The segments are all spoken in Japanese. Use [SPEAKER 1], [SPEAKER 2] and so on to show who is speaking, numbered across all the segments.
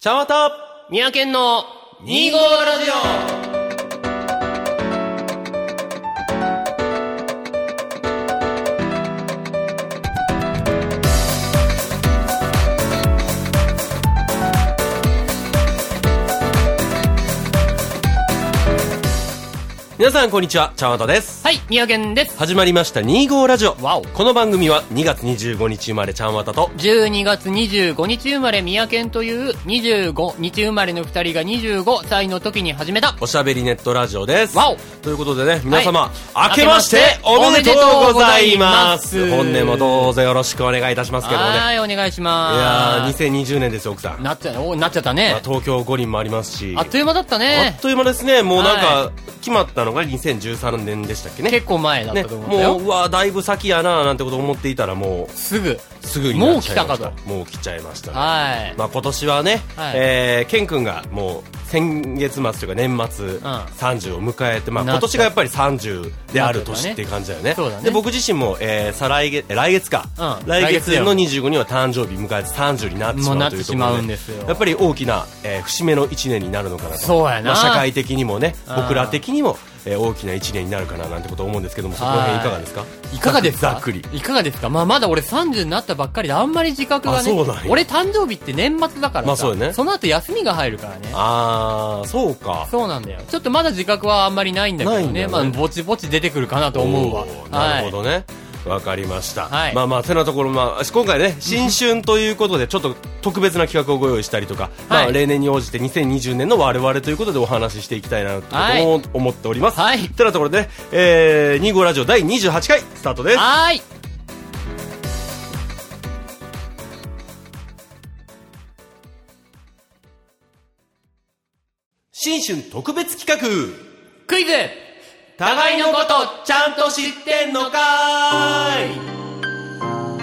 [SPEAKER 1] 茶また
[SPEAKER 2] 宮県の
[SPEAKER 1] 2号ラジオ皆さんこんにちは、茶またです。
[SPEAKER 2] はい、宮県です。
[SPEAKER 1] 始まりました2号ラジオ。
[SPEAKER 2] わお
[SPEAKER 1] この番組は2月25日生まれちゃんわたと、
[SPEAKER 2] 12月25日生まれ宮県という25日生まれの二人が25歳の時に始めた。
[SPEAKER 1] おしゃべりネットラジオです。
[SPEAKER 2] わお
[SPEAKER 1] ということでね、皆様、
[SPEAKER 2] はい
[SPEAKER 1] 明けましておめでとうございます
[SPEAKER 2] おめでと
[SPEAKER 1] 本年
[SPEAKER 2] うございます
[SPEAKER 1] もどうぞよろしくお願いいたしますけどもね。
[SPEAKER 2] はい、お願いし
[SPEAKER 1] いや
[SPEAKER 2] ま
[SPEAKER 1] ー、
[SPEAKER 2] す。
[SPEAKER 1] 2020年ですよ、奥さん。
[SPEAKER 2] なっちゃ、おなっちゃっ
[SPEAKER 1] ま
[SPEAKER 2] た
[SPEAKER 1] あ
[SPEAKER 2] ね。
[SPEAKER 1] 東京五輪もありますし。
[SPEAKER 2] あっという間だった
[SPEAKER 1] あ
[SPEAKER 2] ね
[SPEAKER 1] っ。という間ですね。もうなん
[SPEAKER 2] は
[SPEAKER 1] か、決まったのが2013年でしたっけね。
[SPEAKER 2] 結構前だった
[SPEAKER 1] ね、
[SPEAKER 2] と思うんだよ。
[SPEAKER 1] もう、うわ、だいぶ先やな、なんてこと思っていたら、も
[SPEAKER 2] すぐ。
[SPEAKER 1] う、すぐになっちゃいました。
[SPEAKER 2] もう来たか
[SPEAKER 1] もう来ちゃいましたね。
[SPEAKER 2] はい。
[SPEAKER 1] まあ、今年はね、
[SPEAKER 2] はい
[SPEAKER 1] えーケン君がもう先月末というか年末、30を迎えて、まあ、
[SPEAKER 2] なっ
[SPEAKER 1] 今
[SPEAKER 2] た
[SPEAKER 1] 年がやっぱり30である年っていう感じだよね
[SPEAKER 2] そうだね
[SPEAKER 1] で僕自身も、えー再来月来月か、
[SPEAKER 2] うん
[SPEAKER 1] 来
[SPEAKER 2] 来月だ
[SPEAKER 1] 月
[SPEAKER 2] よ
[SPEAKER 1] の25には誕生日迎えて30になってし
[SPEAKER 2] もう
[SPEAKER 1] ま
[SPEAKER 2] な
[SPEAKER 1] うと
[SPEAKER 2] っ
[SPEAKER 1] い
[SPEAKER 2] て
[SPEAKER 1] うと
[SPEAKER 2] し
[SPEAKER 1] ころ
[SPEAKER 2] ま
[SPEAKER 1] で
[SPEAKER 2] うんですよ
[SPEAKER 1] やっぱり大きな、えー節目の1年になるのかなと
[SPEAKER 2] そうや
[SPEAKER 1] ま
[SPEAKER 2] な
[SPEAKER 1] あ社会的にもね
[SPEAKER 2] うん
[SPEAKER 1] 僕ら的にも、えー大きな1年になるかななんてこと思うんですけどもそこら辺いかがですか
[SPEAKER 2] いかがですか
[SPEAKER 1] ざっくり
[SPEAKER 2] いかがですかまあまだ俺30になったばっかりであんまり自覚が
[SPEAKER 1] あ
[SPEAKER 2] ね
[SPEAKER 1] そうなん。や
[SPEAKER 2] 俺誕生日って年末だからさ。
[SPEAKER 1] まあそうだね
[SPEAKER 2] その後休みが入るからね。
[SPEAKER 1] ああそうか
[SPEAKER 2] そうなんだよ。ちょっとまだ自覚はあんまりないんだけど
[SPEAKER 1] ないんだ
[SPEAKER 2] ね。
[SPEAKER 1] よね
[SPEAKER 2] まあ、ぼちぼち出てくるかなと思うわ
[SPEAKER 1] おー。な
[SPEAKER 2] は
[SPEAKER 1] るほ
[SPEAKER 2] い。
[SPEAKER 1] どね。わかりました。
[SPEAKER 2] はい
[SPEAKER 1] まあまあ、てなところ、まあ、今回ね、新春ということで、ちょっと特別な企画をご用意したりとか、ま
[SPEAKER 2] は
[SPEAKER 1] あ、
[SPEAKER 2] い
[SPEAKER 1] 例年に応じて2020年の我々ということでお話ししていきたいな、と
[SPEAKER 2] はい
[SPEAKER 1] も思っております。
[SPEAKER 2] はい
[SPEAKER 1] てなところでね、えー、2号ラジオ第28回、スタートです。
[SPEAKER 2] はーい。
[SPEAKER 1] 新春特別企画
[SPEAKER 2] クイズ互いのことちゃんと知ってんのか
[SPEAKER 1] ーい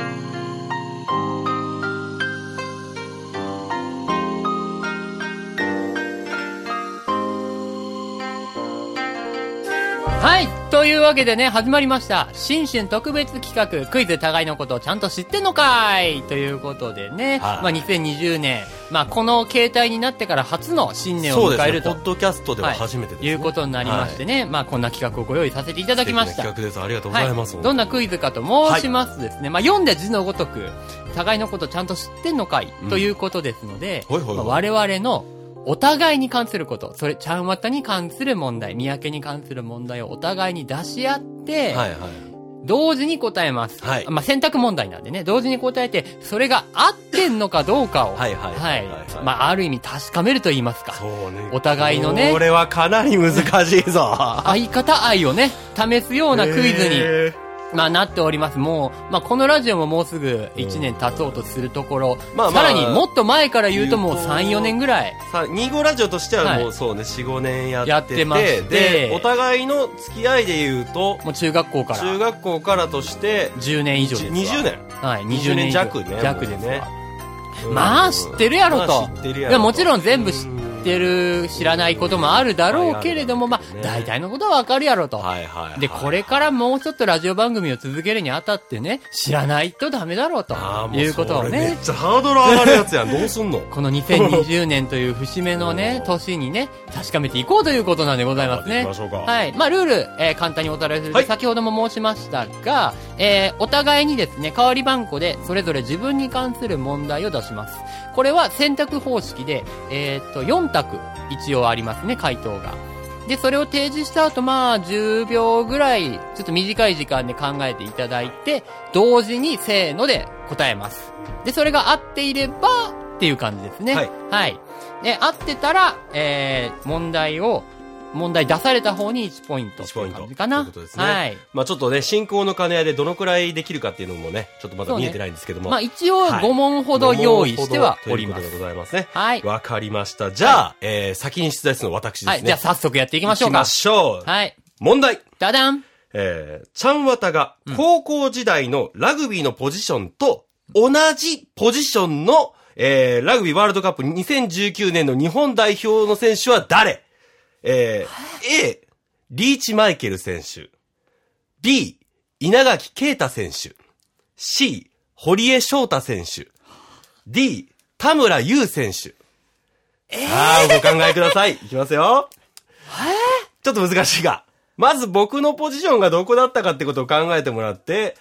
[SPEAKER 2] はい。というわけでね、始まりました。新春特別企画、クイズ互いのことちゃんと知ってんのかいということで
[SPEAKER 1] は
[SPEAKER 2] ね、
[SPEAKER 1] い
[SPEAKER 2] まあ2020年、まあこの携帯になってから初の新年を
[SPEAKER 1] そうです
[SPEAKER 2] 迎え
[SPEAKER 1] ね、
[SPEAKER 2] る
[SPEAKER 1] ポ
[SPEAKER 2] と。
[SPEAKER 1] ッドキャストでは初めてです、
[SPEAKER 2] い、いうことになりまして
[SPEAKER 1] ね。
[SPEAKER 2] ね、まあこんな企画をご用意させていた
[SPEAKER 1] は
[SPEAKER 2] だ
[SPEAKER 1] い
[SPEAKER 2] きまし
[SPEAKER 1] 素敵な
[SPEAKER 2] た。
[SPEAKER 1] 企画です。ありがとうございます。
[SPEAKER 2] はい、どんなクイズかと申しますとですね、まあ、読んだ字のごとく互いのことちゃんと知ってんのかい、
[SPEAKER 1] うん
[SPEAKER 2] ということですので、
[SPEAKER 1] ほいほいほい
[SPEAKER 2] まあ我々のお互いに関することそれちゃんわたに関する問題三宅に関する問題をお互いに出し合って、
[SPEAKER 1] はいはい。
[SPEAKER 2] 同時に答えます、
[SPEAKER 1] はい
[SPEAKER 2] まあ、選択問題なんでね同時に答えてそれが合ってんのかどうかを
[SPEAKER 1] はいはいはいはいはい
[SPEAKER 2] まあ、ある意味確かめると言いますか
[SPEAKER 1] そうね。
[SPEAKER 2] お互いのね
[SPEAKER 1] これはかなり難しいぞ。
[SPEAKER 2] 相方愛をね試すようなクイズに、
[SPEAKER 1] え
[SPEAKER 2] まあなっております。もう、まあこのラジオももうすぐ1年経そうとするところ、
[SPEAKER 1] まあまあ
[SPEAKER 2] さらにもっと前から言うともう
[SPEAKER 1] 言うと
[SPEAKER 2] 3、4年ぐらい。
[SPEAKER 1] ーさ2号ラジオとしては
[SPEAKER 2] はい
[SPEAKER 1] もうそうね、4、5年やってて。
[SPEAKER 2] やってまして
[SPEAKER 1] で、お互いの付き合いで言うと、
[SPEAKER 2] もう中学校から
[SPEAKER 1] 中学校からとして、
[SPEAKER 2] 10年以上ですわ。
[SPEAKER 1] 20年。
[SPEAKER 2] はい、
[SPEAKER 1] 20
[SPEAKER 2] 20
[SPEAKER 1] 年
[SPEAKER 2] 年
[SPEAKER 1] 弱ね。
[SPEAKER 2] 弱ですわ
[SPEAKER 1] ね。うん
[SPEAKER 2] まあ知ってるやろと
[SPEAKER 1] まあ知ってるや
[SPEAKER 2] で
[SPEAKER 1] ろ
[SPEAKER 2] ももちろん全部知
[SPEAKER 1] っ
[SPEAKER 2] ってる、知らないこともあるだろうけれども、まあ
[SPEAKER 1] ね
[SPEAKER 2] 大体のことはわかるやろと。
[SPEAKER 1] はいはいはい。
[SPEAKER 2] で、これからもうちょっとラジオ番組を続けるにあたってね、知らないとダメだろうと
[SPEAKER 1] あー、もう
[SPEAKER 2] いうことを
[SPEAKER 1] それ
[SPEAKER 2] ね
[SPEAKER 1] めっ、ちゃハードル上がるやつやん。どうすんの
[SPEAKER 2] この2020年という節目のね
[SPEAKER 1] お、ー
[SPEAKER 2] 年にね、確かめていこうということなんでございますね。
[SPEAKER 1] 行きましょうか
[SPEAKER 2] はい。まあ、ルール、えー簡単におさらいすると、
[SPEAKER 1] はい
[SPEAKER 2] 先ほども申しましたが、えーお互いにですね、代わり番号で、それぞれ自分に関する問題を出します。これは選択方式で、えーっと、4択、一応ありますね、回答が。で、それを提示した後、まあ、10秒ぐらい、ちょっと短い時間で考えていただいて、同時に、せーので答えます。で、それが合っていれば、っていう感じですね。
[SPEAKER 1] はい。
[SPEAKER 2] はい。で、合ってたら、えー、問題を、問題出された方に1ポイント。
[SPEAKER 1] 1ポイント
[SPEAKER 2] っていう感じかな。
[SPEAKER 1] ということですね
[SPEAKER 2] はい。
[SPEAKER 1] まあちょっとね、進行の兼ね合いでどのくらいできるかっていうのもね、ちょっとまだ見えてないんですけども。
[SPEAKER 2] まあ、一応
[SPEAKER 1] はい
[SPEAKER 2] 5問ほど用意してはおりま
[SPEAKER 1] という
[SPEAKER 2] す。
[SPEAKER 1] ことでございますね。
[SPEAKER 2] はい。
[SPEAKER 1] わかりました。じゃあ、えー、先に出題するのは私ですね。
[SPEAKER 2] はい。じゃあ、早速やっていきましょう
[SPEAKER 1] 行
[SPEAKER 2] か
[SPEAKER 1] きま。しょう。
[SPEAKER 2] はい。
[SPEAKER 1] 問題。
[SPEAKER 2] ダダン
[SPEAKER 1] えー、ちゃんわたが高校時代のラグビーのポジションと同じポジションの、えー、ラグビーワールドカップ2019年の日本代表の選手は誰えー、A、リーチマイケル選手。B、稲垣啓太選手。C、堀江翔太選手。D、田村優選手。あー、ご考えください。いきますよ。ちょっと難しいが。まず僕のポジションがどこだったかってことを考えてもらって、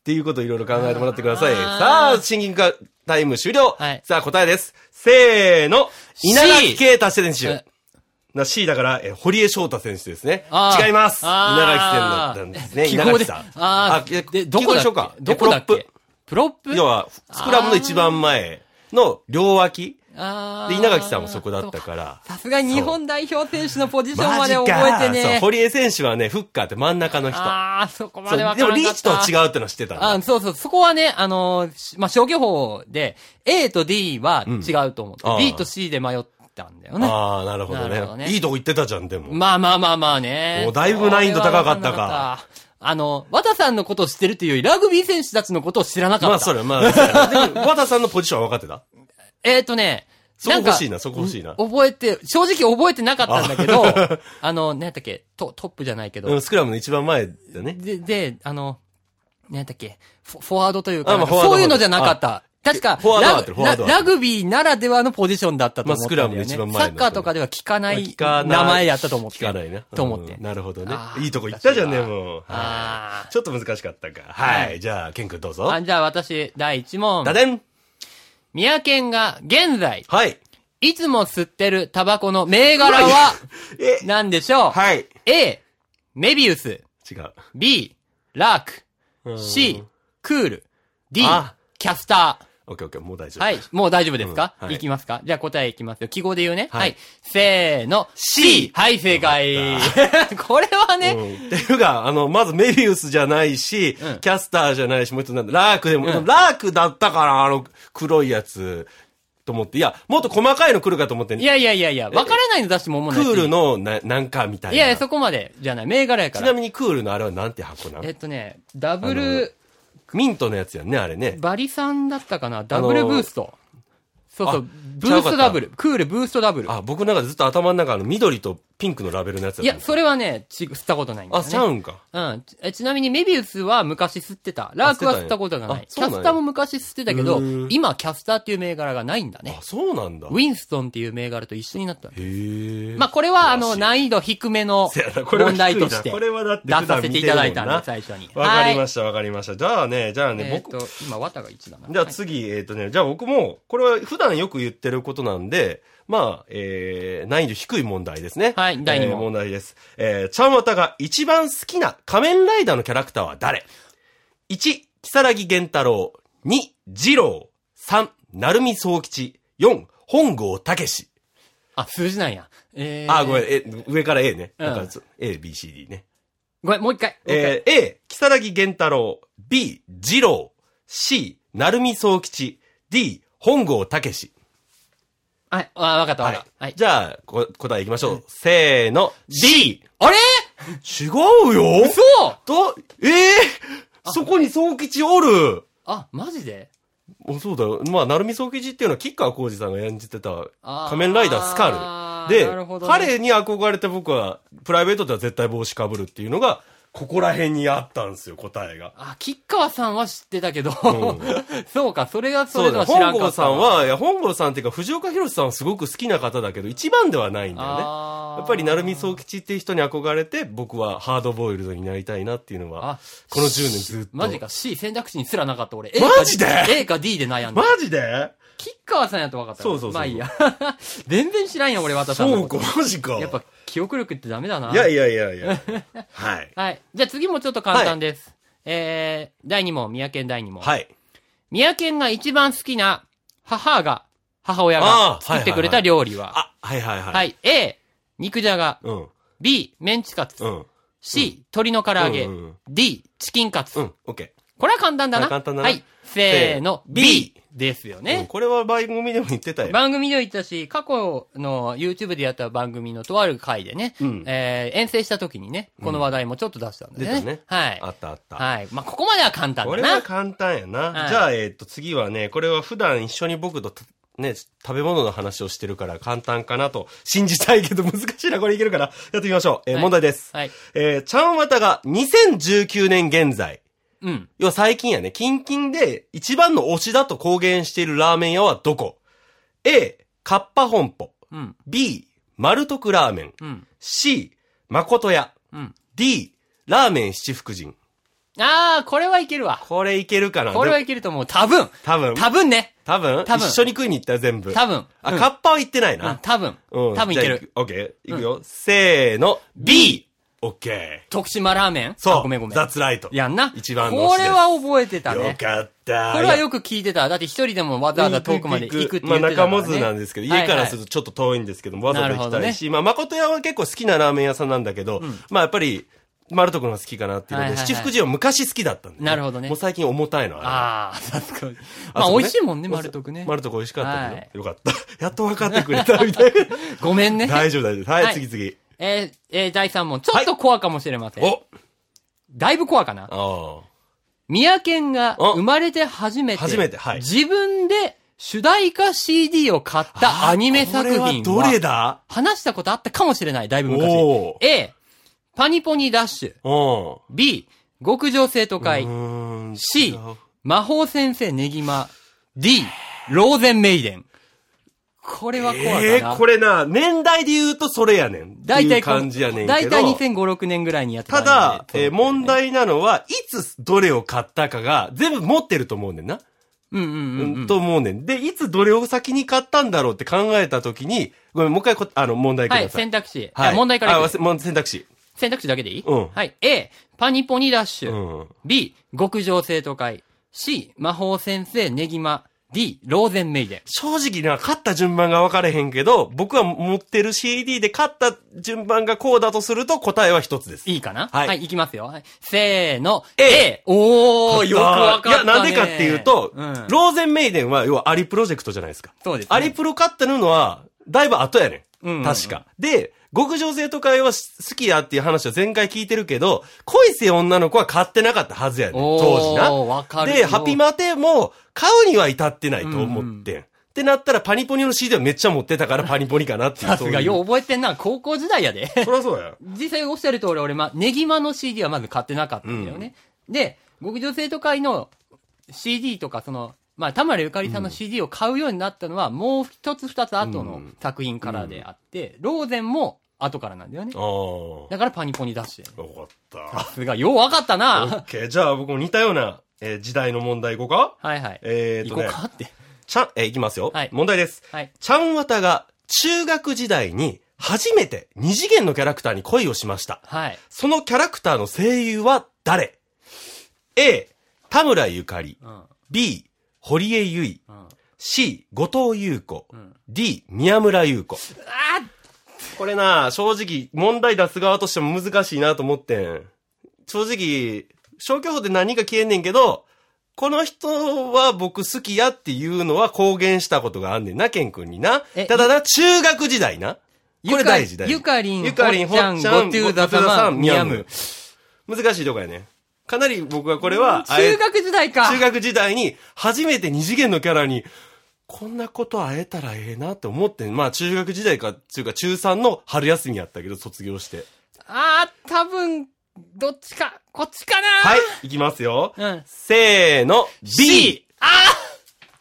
[SPEAKER 1] っていうことをいろいろ考えてもらってください。
[SPEAKER 2] あー
[SPEAKER 1] さあ、シンキングタイム終了。
[SPEAKER 2] はい
[SPEAKER 1] さあ、答えです。せーの。
[SPEAKER 2] C
[SPEAKER 1] 稲垣啓太選手
[SPEAKER 2] え。
[SPEAKER 1] な C だから、え堀江翔太選手ですね。
[SPEAKER 2] あー
[SPEAKER 1] 違います。稲垣選手だ
[SPEAKER 2] あ
[SPEAKER 1] った
[SPEAKER 2] ー
[SPEAKER 1] んです ね。
[SPEAKER 2] 記
[SPEAKER 1] 稲
[SPEAKER 2] 号
[SPEAKER 1] 垣
[SPEAKER 2] で
[SPEAKER 1] さん。
[SPEAKER 2] あ
[SPEAKER 1] いや
[SPEAKER 2] ーで、ど
[SPEAKER 1] 記号
[SPEAKER 2] こだっ
[SPEAKER 1] でしょうか
[SPEAKER 2] けどこだっ
[SPEAKER 1] プロッ
[SPEAKER 2] け
[SPEAKER 1] プ
[SPEAKER 2] プロップ
[SPEAKER 1] 要は、スクラムの一番前の両脇。
[SPEAKER 2] あ
[SPEAKER 1] で、
[SPEAKER 2] ー
[SPEAKER 1] 稲垣さんもそこだったから。
[SPEAKER 2] さすがに日本代表選手のポジションまで
[SPEAKER 1] マジか
[SPEAKER 2] 覚えて
[SPEAKER 1] そう、
[SPEAKER 2] ね。
[SPEAKER 1] 堀江選手はね、フッカーって真ん中の人。
[SPEAKER 2] ああ、そこま
[SPEAKER 1] そう
[SPEAKER 2] では
[SPEAKER 1] でもリーチとは違
[SPEAKER 2] う。
[SPEAKER 1] うってのは知ってたんだ
[SPEAKER 2] あそうそう。そこはね、あのーしまあ、商業法で、A と D は違うと思って、
[SPEAKER 1] うんあー
[SPEAKER 2] B と C で迷ったんだよね。
[SPEAKER 1] ああ、なるほど
[SPEAKER 2] なるほ
[SPEAKER 1] ね
[SPEAKER 2] どね
[SPEAKER 1] いいとこ行ってたじゃん、でも。
[SPEAKER 2] まあまあまあまあね。
[SPEAKER 1] もうだいぶ難易度高かったか
[SPEAKER 2] これは分んなった。あの、和田さんのことを知ってるというより、ラグビー選手たちのことを知らなかった。
[SPEAKER 1] まあ、それ、まあ、そうやでも、和田さんのポジションは分かってた
[SPEAKER 2] えっ、ー、とね、
[SPEAKER 1] そこ
[SPEAKER 2] んか
[SPEAKER 1] 欲しいな、そこ欲しいな。
[SPEAKER 2] 覚えて、正直覚えてなかったんだけど、あの、何やったっけ、トトップじゃないけど、
[SPEAKER 1] うん、スクラムの一番前だね。
[SPEAKER 2] で、で、あの、何やったっけ、フォフォワードというか、
[SPEAKER 1] あまあ
[SPEAKER 2] なん
[SPEAKER 1] フ
[SPEAKER 2] か
[SPEAKER 1] ォワード
[SPEAKER 2] そういうのじゃなかった。確か、
[SPEAKER 1] フォワードは合
[SPEAKER 2] ラ
[SPEAKER 1] ってる
[SPEAKER 2] グ
[SPEAKER 1] フォワードは合っ
[SPEAKER 2] ララグビーならではのポジションだったと思ったんだよ、ね
[SPEAKER 1] まあスクラムの一番前だ
[SPEAKER 2] サッカーとかでは聞かない
[SPEAKER 1] 聞かない
[SPEAKER 2] 名前やったと思って。
[SPEAKER 1] 聞かないな。
[SPEAKER 2] と思って
[SPEAKER 1] うん。なるほどね
[SPEAKER 2] あ。ー
[SPEAKER 1] いいとこ行ったじゃんね、
[SPEAKER 2] 私は
[SPEAKER 1] もう。
[SPEAKER 2] あ
[SPEAKER 1] はいちょっと難しかったか。は。
[SPEAKER 2] はい
[SPEAKER 1] じゃあ、ケン君どうぞ。
[SPEAKER 2] あ、じゃあ私、第1問
[SPEAKER 1] だ。でん
[SPEAKER 2] 三宅が現在、
[SPEAKER 1] はい。
[SPEAKER 2] いつも吸ってるタバコの銘柄は
[SPEAKER 1] え、
[SPEAKER 2] 何でしょう、
[SPEAKER 1] はい。
[SPEAKER 2] ?A、メビウス。
[SPEAKER 1] 違う
[SPEAKER 2] B、ラー
[SPEAKER 1] う
[SPEAKER 2] ク。
[SPEAKER 1] ん。
[SPEAKER 2] C、クール。D
[SPEAKER 1] あ、
[SPEAKER 2] キャスタ
[SPEAKER 1] オッケーオッケー、もう大丈夫。
[SPEAKER 2] ー。はい。もう大丈夫ですか、
[SPEAKER 1] うん
[SPEAKER 2] い
[SPEAKER 1] はい
[SPEAKER 2] きますかじゃあ答えいきますよ。記号で言うね。
[SPEAKER 1] は
[SPEAKER 2] はいい。せーの。
[SPEAKER 1] C
[SPEAKER 2] はい、正解
[SPEAKER 1] よ。
[SPEAKER 2] これはね、
[SPEAKER 1] うんっていうか、あの、まずメビウスじゃないし、
[SPEAKER 2] うん
[SPEAKER 1] キャスターじゃないし、もう一つなんだ、ラークでも、
[SPEAKER 2] うん
[SPEAKER 1] ラークだったから、あの、黒いやつ、と思って、いや、もっと細かいの来るかと思って、
[SPEAKER 2] いやいやいやいや、わからないの出しても思う
[SPEAKER 1] ク
[SPEAKER 2] ない。
[SPEAKER 1] ールのな、なんかみたいな。
[SPEAKER 2] いやいや、そこまでじゃない。銘柄やか
[SPEAKER 1] ちな
[SPEAKER 2] ら。
[SPEAKER 1] みにクールのあれはなんて箱なの
[SPEAKER 2] えっとね、ダブル、
[SPEAKER 1] ミントのやつやんね、あれね。
[SPEAKER 2] バリさんだったかなダブルブースト。そうそう
[SPEAKER 1] あ、
[SPEAKER 2] ブーストダブル。クールブーストダブル。
[SPEAKER 1] あ、僕の中でずっと頭の中の緑とピンクのラベルのやつ
[SPEAKER 2] い
[SPEAKER 1] やった
[SPEAKER 2] や、
[SPEAKER 1] んだ
[SPEAKER 2] それはね、ち、吸ったことないんだ
[SPEAKER 1] あ、
[SPEAKER 2] よね。
[SPEAKER 1] ちゃうんか。
[SPEAKER 2] うん。ちえちなみにメビウスは昔吸ってた。ラークは吸ったことがな
[SPEAKER 1] 吸っ
[SPEAKER 2] い。
[SPEAKER 1] て
[SPEAKER 2] キ
[SPEAKER 1] たんやあ
[SPEAKER 2] ャ
[SPEAKER 1] そうなんや
[SPEAKER 2] スターも昔吸ってたけど
[SPEAKER 1] うーん、
[SPEAKER 2] 今キャスターっていう銘柄がないんだね
[SPEAKER 1] あ、。そうなんだ。
[SPEAKER 2] ウ
[SPEAKER 1] へ
[SPEAKER 2] ィンストンっていう銘柄と一緒になった。
[SPEAKER 1] え。
[SPEAKER 2] まあ、これはあの、難易度低めの
[SPEAKER 1] せやなこれは
[SPEAKER 2] 問題として
[SPEAKER 1] 低いなこれはだって
[SPEAKER 2] 出させていただいたんで、最初に。
[SPEAKER 1] わかり
[SPEAKER 2] は
[SPEAKER 1] ま
[SPEAKER 2] い
[SPEAKER 1] した、わかりました。じゃあね、じゃあね、
[SPEAKER 2] えっ
[SPEAKER 1] 僕、
[SPEAKER 2] と、今、綿が1だな。
[SPEAKER 1] じゃあ
[SPEAKER 2] はい
[SPEAKER 1] 次、えっ、とね、じゃあ僕も、これは普段よく言ってることなんで、まあ、えー、難易度低い問題ですね。
[SPEAKER 2] はい第二問
[SPEAKER 1] えー問題です。えー、ちゃんわたが一番好きな仮面ライダーのキャラクターは誰 ?1、木更木源太郎。2、二郎。3、成海宗吉。4、本郷武史。
[SPEAKER 2] あ、数字なんや。えー
[SPEAKER 1] あ、ごめん、え、上から A ね。
[SPEAKER 2] うん
[SPEAKER 1] なんかそう A、B、C、D ね。
[SPEAKER 2] ごめん、もう一回。もう一回
[SPEAKER 1] えー、A、木更木源太郎。B、二郎。C、成海宗吉。D、本郷武史。
[SPEAKER 2] はい、あ、わかったわ
[SPEAKER 1] は
[SPEAKER 2] かっ
[SPEAKER 1] い。
[SPEAKER 2] た。はい。
[SPEAKER 1] じゃあ、こ答えいきましょう。せーの。
[SPEAKER 2] D! あれ
[SPEAKER 1] 違うよ
[SPEAKER 2] 嘘
[SPEAKER 1] と、ええそこに宗吉おる
[SPEAKER 2] あ、マジで
[SPEAKER 1] おそうだよ。まあ、成海宗吉っていうのは、吉川浩司さんが演じてた
[SPEAKER 2] あー
[SPEAKER 1] 仮面ライダースカル。で、
[SPEAKER 2] なるほどね
[SPEAKER 1] 彼に憧れて僕は、プライベートでは絶対帽子かぶるっていうのが、ここら辺にあったんですよ、答えが。
[SPEAKER 2] あ、吉川さんは知ってたけど、
[SPEAKER 1] う
[SPEAKER 2] そうか、それがそ
[SPEAKER 1] そ
[SPEAKER 2] れ
[SPEAKER 1] う
[SPEAKER 2] と
[SPEAKER 1] だ、
[SPEAKER 2] は知ら
[SPEAKER 1] 本
[SPEAKER 2] んか
[SPEAKER 1] 郷
[SPEAKER 2] った
[SPEAKER 1] さ
[SPEAKER 2] わ。
[SPEAKER 1] んは、いや、本郷さんっていうか、藤岡弘さんはすごく好きな方だけど、一番ではないんだよね。
[SPEAKER 2] あー
[SPEAKER 1] やっぱり成海宗吉っていう人に憧れて、僕はハードボイルドになりたいなっていうのは
[SPEAKER 2] あ、
[SPEAKER 1] この10年ずっと。
[SPEAKER 2] マジか C 選択肢にすらなかった俺。
[SPEAKER 1] マジで
[SPEAKER 2] A か D- ?A か D で悩んだ
[SPEAKER 1] マ。ジで
[SPEAKER 2] 吉川さんやと分かったな。
[SPEAKER 1] そうそうそう
[SPEAKER 2] まあいいや。 全然知らんやん俺、渡さん
[SPEAKER 1] そ
[SPEAKER 2] の
[SPEAKER 1] う
[SPEAKER 2] こ
[SPEAKER 1] か、
[SPEAKER 2] と。
[SPEAKER 1] マジか。
[SPEAKER 2] やっぱ、記憶力ってダメだな。
[SPEAKER 1] いやいやいやい や。はい。
[SPEAKER 2] はい。じゃあ次もちょっと簡単です。えー、第2問、宮県第2問。
[SPEAKER 1] はい。
[SPEAKER 2] 宮県が一番好きな母が、母親
[SPEAKER 1] あ
[SPEAKER 2] が
[SPEAKER 1] ー
[SPEAKER 2] 作ってくれた料理は。
[SPEAKER 1] あ、はいはいはい。
[SPEAKER 2] はい A、肉じゃが。
[SPEAKER 1] うん。
[SPEAKER 2] B、メンチカツ
[SPEAKER 1] う。ん。
[SPEAKER 2] C、鶏の唐揚げ
[SPEAKER 1] うんうんうん。
[SPEAKER 2] D、チキンカツ
[SPEAKER 1] う。ん。オッケ
[SPEAKER 2] これは簡単だな。
[SPEAKER 1] これは簡単だな
[SPEAKER 2] はい。せーの、
[SPEAKER 1] せー
[SPEAKER 2] B ですよ
[SPEAKER 1] ー。うん
[SPEAKER 2] ね。
[SPEAKER 1] これは番組でも言ってたよ。
[SPEAKER 2] 番組でも言ったし、過去の YouTube でやった番組のとある回でね、
[SPEAKER 1] うん
[SPEAKER 2] えー遠征した時にね、この話題もちょっと出したんでね。
[SPEAKER 1] 出たね
[SPEAKER 2] はい。
[SPEAKER 1] あったあった。
[SPEAKER 2] はい。まあ、ここまでは簡単
[SPEAKER 1] こ
[SPEAKER 2] だ
[SPEAKER 1] れは
[SPEAKER 2] な。
[SPEAKER 1] 簡単やな。
[SPEAKER 2] はい
[SPEAKER 1] じゃあ、えっ、と、次はね、これは普段一緒に僕とた、ね、食べ物の話をしてるから簡単かなと信じたいけど難しいな、これいけるかな。やってみましょう。えー
[SPEAKER 2] はい
[SPEAKER 1] 問題です。
[SPEAKER 2] はい。
[SPEAKER 1] えー、ちゃんわたが2019年現在、
[SPEAKER 2] うん。
[SPEAKER 1] 要は最近やね、近々で一番の推しだと公言しているラーメン屋はどこ ?A、カッパ本舗。
[SPEAKER 2] うん。
[SPEAKER 1] B、丸徳ラーメン。
[SPEAKER 2] うん。
[SPEAKER 1] C、誠屋。
[SPEAKER 2] うん。
[SPEAKER 1] D、ラーメン七福神。
[SPEAKER 2] あー、これはいけるわ。
[SPEAKER 1] これいけるかな
[SPEAKER 2] これはいけると思う。多分
[SPEAKER 1] 多分。
[SPEAKER 2] 多分ね。
[SPEAKER 1] 多分
[SPEAKER 2] 多分
[SPEAKER 1] 一緒に食いに行ったよ全部。
[SPEAKER 2] 多分。
[SPEAKER 1] あ、
[SPEAKER 2] うん
[SPEAKER 1] カッパは行ってないうな。
[SPEAKER 2] ん、多分。
[SPEAKER 1] うん。
[SPEAKER 2] 多分いける。
[SPEAKER 1] じゃあ。オッケー。いくよ。せーの。B! オッケー。
[SPEAKER 2] 徳島ラーメン
[SPEAKER 1] そ
[SPEAKER 2] あ
[SPEAKER 1] う。
[SPEAKER 2] ごめんごめん。
[SPEAKER 1] 雑ライト。
[SPEAKER 2] やんな。
[SPEAKER 1] 一番の
[SPEAKER 2] こ
[SPEAKER 1] 推しで
[SPEAKER 2] れ
[SPEAKER 1] す
[SPEAKER 2] は覚えてた
[SPEAKER 1] よ
[SPEAKER 2] ね。
[SPEAKER 1] かった。
[SPEAKER 2] これはよく聞いてた。だって一人でもわざわざ遠くまで行くって言ってたから、ね。
[SPEAKER 1] まあ中本なんですけど、家からする
[SPEAKER 2] と。
[SPEAKER 1] とちょっと遠いんですけども、わざわざ行きたいし、まあ誠屋は結構好きなラーメン屋さんなんだけど、まあやっぱり、丸とくのが好きかなっていうの
[SPEAKER 2] はい
[SPEAKER 1] で、
[SPEAKER 2] はいはい
[SPEAKER 1] 七福神は昔好きだったんで、
[SPEAKER 2] なるほどね
[SPEAKER 1] もう最近重たいの、あ
[SPEAKER 2] ああ、確かに。
[SPEAKER 1] れ
[SPEAKER 2] まあ
[SPEAKER 1] そこ
[SPEAKER 2] 美味しいもんね、丸徳ね。
[SPEAKER 1] 丸とく美味しかったけど、
[SPEAKER 2] はい
[SPEAKER 1] よかった。やっと分かってくれたみたい な。
[SPEAKER 2] ごめんね。
[SPEAKER 1] 大丈夫大丈夫。はい、
[SPEAKER 2] はい
[SPEAKER 1] 次次。
[SPEAKER 2] えーえー第3問。ちょっと怖かもしれません。
[SPEAKER 1] お
[SPEAKER 2] だいぶ怖かな。
[SPEAKER 1] ああ。
[SPEAKER 2] 宮県が
[SPEAKER 1] お
[SPEAKER 2] 生まれて初めて、
[SPEAKER 1] 初めてはい
[SPEAKER 2] 自分で主題歌 CD を買ったアニメ作品は、
[SPEAKER 1] これはどれだ
[SPEAKER 2] 話したことあったかもしれない、だいぶ昔
[SPEAKER 1] お。
[SPEAKER 2] A、パニポニダッシュ。
[SPEAKER 1] うん。
[SPEAKER 2] B、極上生徒会
[SPEAKER 1] う。ーん
[SPEAKER 2] C
[SPEAKER 1] 違う
[SPEAKER 2] 魔法先生ネギマ。D、ローゼンメイデン。これは怖かな。
[SPEAKER 1] ええーこれな、年代で言うとそれやねん。
[SPEAKER 2] 大
[SPEAKER 1] ってい
[SPEAKER 2] 体
[SPEAKER 1] う
[SPEAKER 2] この
[SPEAKER 1] 感じやねんけ
[SPEAKER 2] 大
[SPEAKER 1] ど。
[SPEAKER 2] 体2005、6年ぐらいにやって
[SPEAKER 1] た
[SPEAKER 2] ア
[SPEAKER 1] だ、
[SPEAKER 2] ニメ
[SPEAKER 1] えー問。題なのは、いつどれを買ったかが、全部持ってると思うねんな。
[SPEAKER 2] うんうんうんうん。
[SPEAKER 1] と思うねん。で、いつどれを先に買ったんだろうって考えたときに、ごめん、もう一回こ、あの、問題く
[SPEAKER 2] は
[SPEAKER 1] だ
[SPEAKER 2] い、
[SPEAKER 1] さい。
[SPEAKER 2] 選択肢。
[SPEAKER 1] はい
[SPEAKER 2] あ問題から
[SPEAKER 1] あ
[SPEAKER 2] い
[SPEAKER 1] わ
[SPEAKER 2] く。
[SPEAKER 1] せもう選択肢。
[SPEAKER 2] 選択肢だけでいい
[SPEAKER 1] うん
[SPEAKER 2] はい。A、パニポニダッシ
[SPEAKER 1] う
[SPEAKER 2] ュ。
[SPEAKER 1] ん。
[SPEAKER 2] B、極上生徒会。C、魔法先生ネギマ。D、ローゼンメイデン。
[SPEAKER 1] 正直な、買った順番が分かれへんけど、僕は持ってる CD で買った順番がこうだとすると答えは一つです。
[SPEAKER 2] いいかな
[SPEAKER 1] はい
[SPEAKER 2] はい、いきますよ。はいせーの。
[SPEAKER 1] A
[SPEAKER 2] おー、よくわかった、ね。
[SPEAKER 1] いや、なんでかっていうと、
[SPEAKER 2] うん
[SPEAKER 1] ローゼンメイデンは、要はアリプロジェクトじゃないですか。
[SPEAKER 2] そうですね
[SPEAKER 1] アリプロ買ったのは、だいぶ後やねん。
[SPEAKER 2] うんうんうん
[SPEAKER 1] 確か。で、極上生徒会は好きやっていう話は前回聞いてるけど、恋せ女の子は買ってなかったはずやねん。
[SPEAKER 2] おー
[SPEAKER 1] 当時な。
[SPEAKER 2] わかるよ
[SPEAKER 1] で、ハピマテも買うには至ってないと思ってん。ってなったら、パニポニの CD はめっちゃ持ってたから、パニポニかなっていう。
[SPEAKER 2] さすが、よ
[SPEAKER 1] そう
[SPEAKER 2] 覚えてんな。高校時代やで。
[SPEAKER 1] うそりゃそうや。
[SPEAKER 2] 実際おっしゃる通り、俺、ま、ネギマの CD はまず買ってなかったんだよね。で、極上生徒会の CD とか、その、まあ、田村ゆかりさんの CD を買うようになったのは、もう一つ二つ後の作品からであって、ローゼンも後からなんだよね
[SPEAKER 1] あ。あ。
[SPEAKER 2] だからパニポニダッシュだよね。
[SPEAKER 1] よかった。
[SPEAKER 2] さ すが、ようわかった
[SPEAKER 1] オ
[SPEAKER 2] な
[SPEAKER 1] ッケー。じゃあ僕も似たような、えー時代の問題いこうか
[SPEAKER 2] はいはい。
[SPEAKER 1] えー
[SPEAKER 2] 行
[SPEAKER 1] と
[SPEAKER 2] こ
[SPEAKER 1] ね
[SPEAKER 2] うかって。
[SPEAKER 1] ちゃん、えーいきますよ。
[SPEAKER 2] はい
[SPEAKER 1] 問題です。
[SPEAKER 2] はい。
[SPEAKER 1] ちゃんわたが中学時代に初めて二次元のキャラクターに恋をしました。
[SPEAKER 2] はい。
[SPEAKER 1] そのキャラクターの声優は誰 ?A、田村ゆかり。
[SPEAKER 2] うん。
[SPEAKER 1] B、堀江ゆい。
[SPEAKER 2] うん。
[SPEAKER 1] C、後藤優子。
[SPEAKER 2] ん
[SPEAKER 1] D、宮村優子。
[SPEAKER 2] あ
[SPEAKER 1] これな、正直、問題出す側としても難しいなと思ってん。正直、消去法で何か消えんねんけど、この人は僕好きやっていうのは公言したことがあんねんな、ケン君にな。
[SPEAKER 2] え
[SPEAKER 1] ただな、中学時代な。これ大事大事。
[SPEAKER 2] ゆかりん、
[SPEAKER 1] ゆかりん、
[SPEAKER 2] ほっちゃん、ゴトゥーザサマン、ミヤム。。
[SPEAKER 1] ゴトゥーザサマン難しいとこやね。かなり僕はこれは、あえ
[SPEAKER 2] 中学時代か。
[SPEAKER 1] 中学時代に初めて二次元のキャラに、こんなこと会えたらええなって思って、まあ中学時代か、っていうか中3の春休みやったけど卒業して。
[SPEAKER 2] あー、多分、どっちか、こっちかな
[SPEAKER 1] はい、いきますよ。
[SPEAKER 2] うん。
[SPEAKER 1] せーの、B!
[SPEAKER 2] B! あ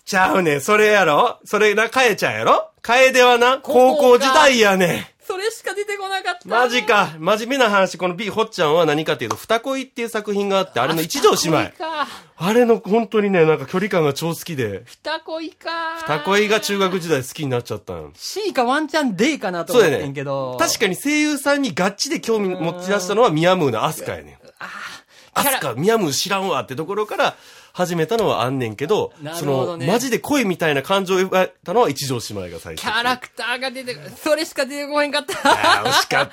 [SPEAKER 1] ちゃうねん、それやろそれな、かえちゃんやろかえではな、高
[SPEAKER 2] ここ
[SPEAKER 1] 校
[SPEAKER 2] が
[SPEAKER 1] 時代やねん。
[SPEAKER 2] ーそれしか出てこなかった。
[SPEAKER 1] マジ。か。真面目な話、この B、ほっちゃんは何かっていうと、二恋っていう作品があって、あれの一条姉妹
[SPEAKER 2] 二恋。か。
[SPEAKER 1] あれの本当にね、なんか距離感が超好きで、
[SPEAKER 2] 二恋か。
[SPEAKER 1] 二恋が中学時代好きになっちゃったん。
[SPEAKER 2] C かワンチャン D かなと
[SPEAKER 1] そう
[SPEAKER 2] 思っ
[SPEAKER 1] だよ
[SPEAKER 2] て
[SPEAKER 1] ね
[SPEAKER 2] んけど。。
[SPEAKER 1] 確かに声優さんにガッチで興味持ち出したのはミヤムーのアスカやねん。ア
[SPEAKER 2] キャラ
[SPEAKER 1] スカ、ミヤムー知らんわってところから始めたのはあんねんけど、
[SPEAKER 2] なる
[SPEAKER 1] そ
[SPEAKER 2] ほ
[SPEAKER 1] の、
[SPEAKER 2] どね
[SPEAKER 1] マジで恋みたいな感情を描いたのは一条姉妹が最初。
[SPEAKER 2] キャラクターが出てこ、それしか出てこへんかっ
[SPEAKER 1] あ
[SPEAKER 2] た。
[SPEAKER 1] ー惜しかっ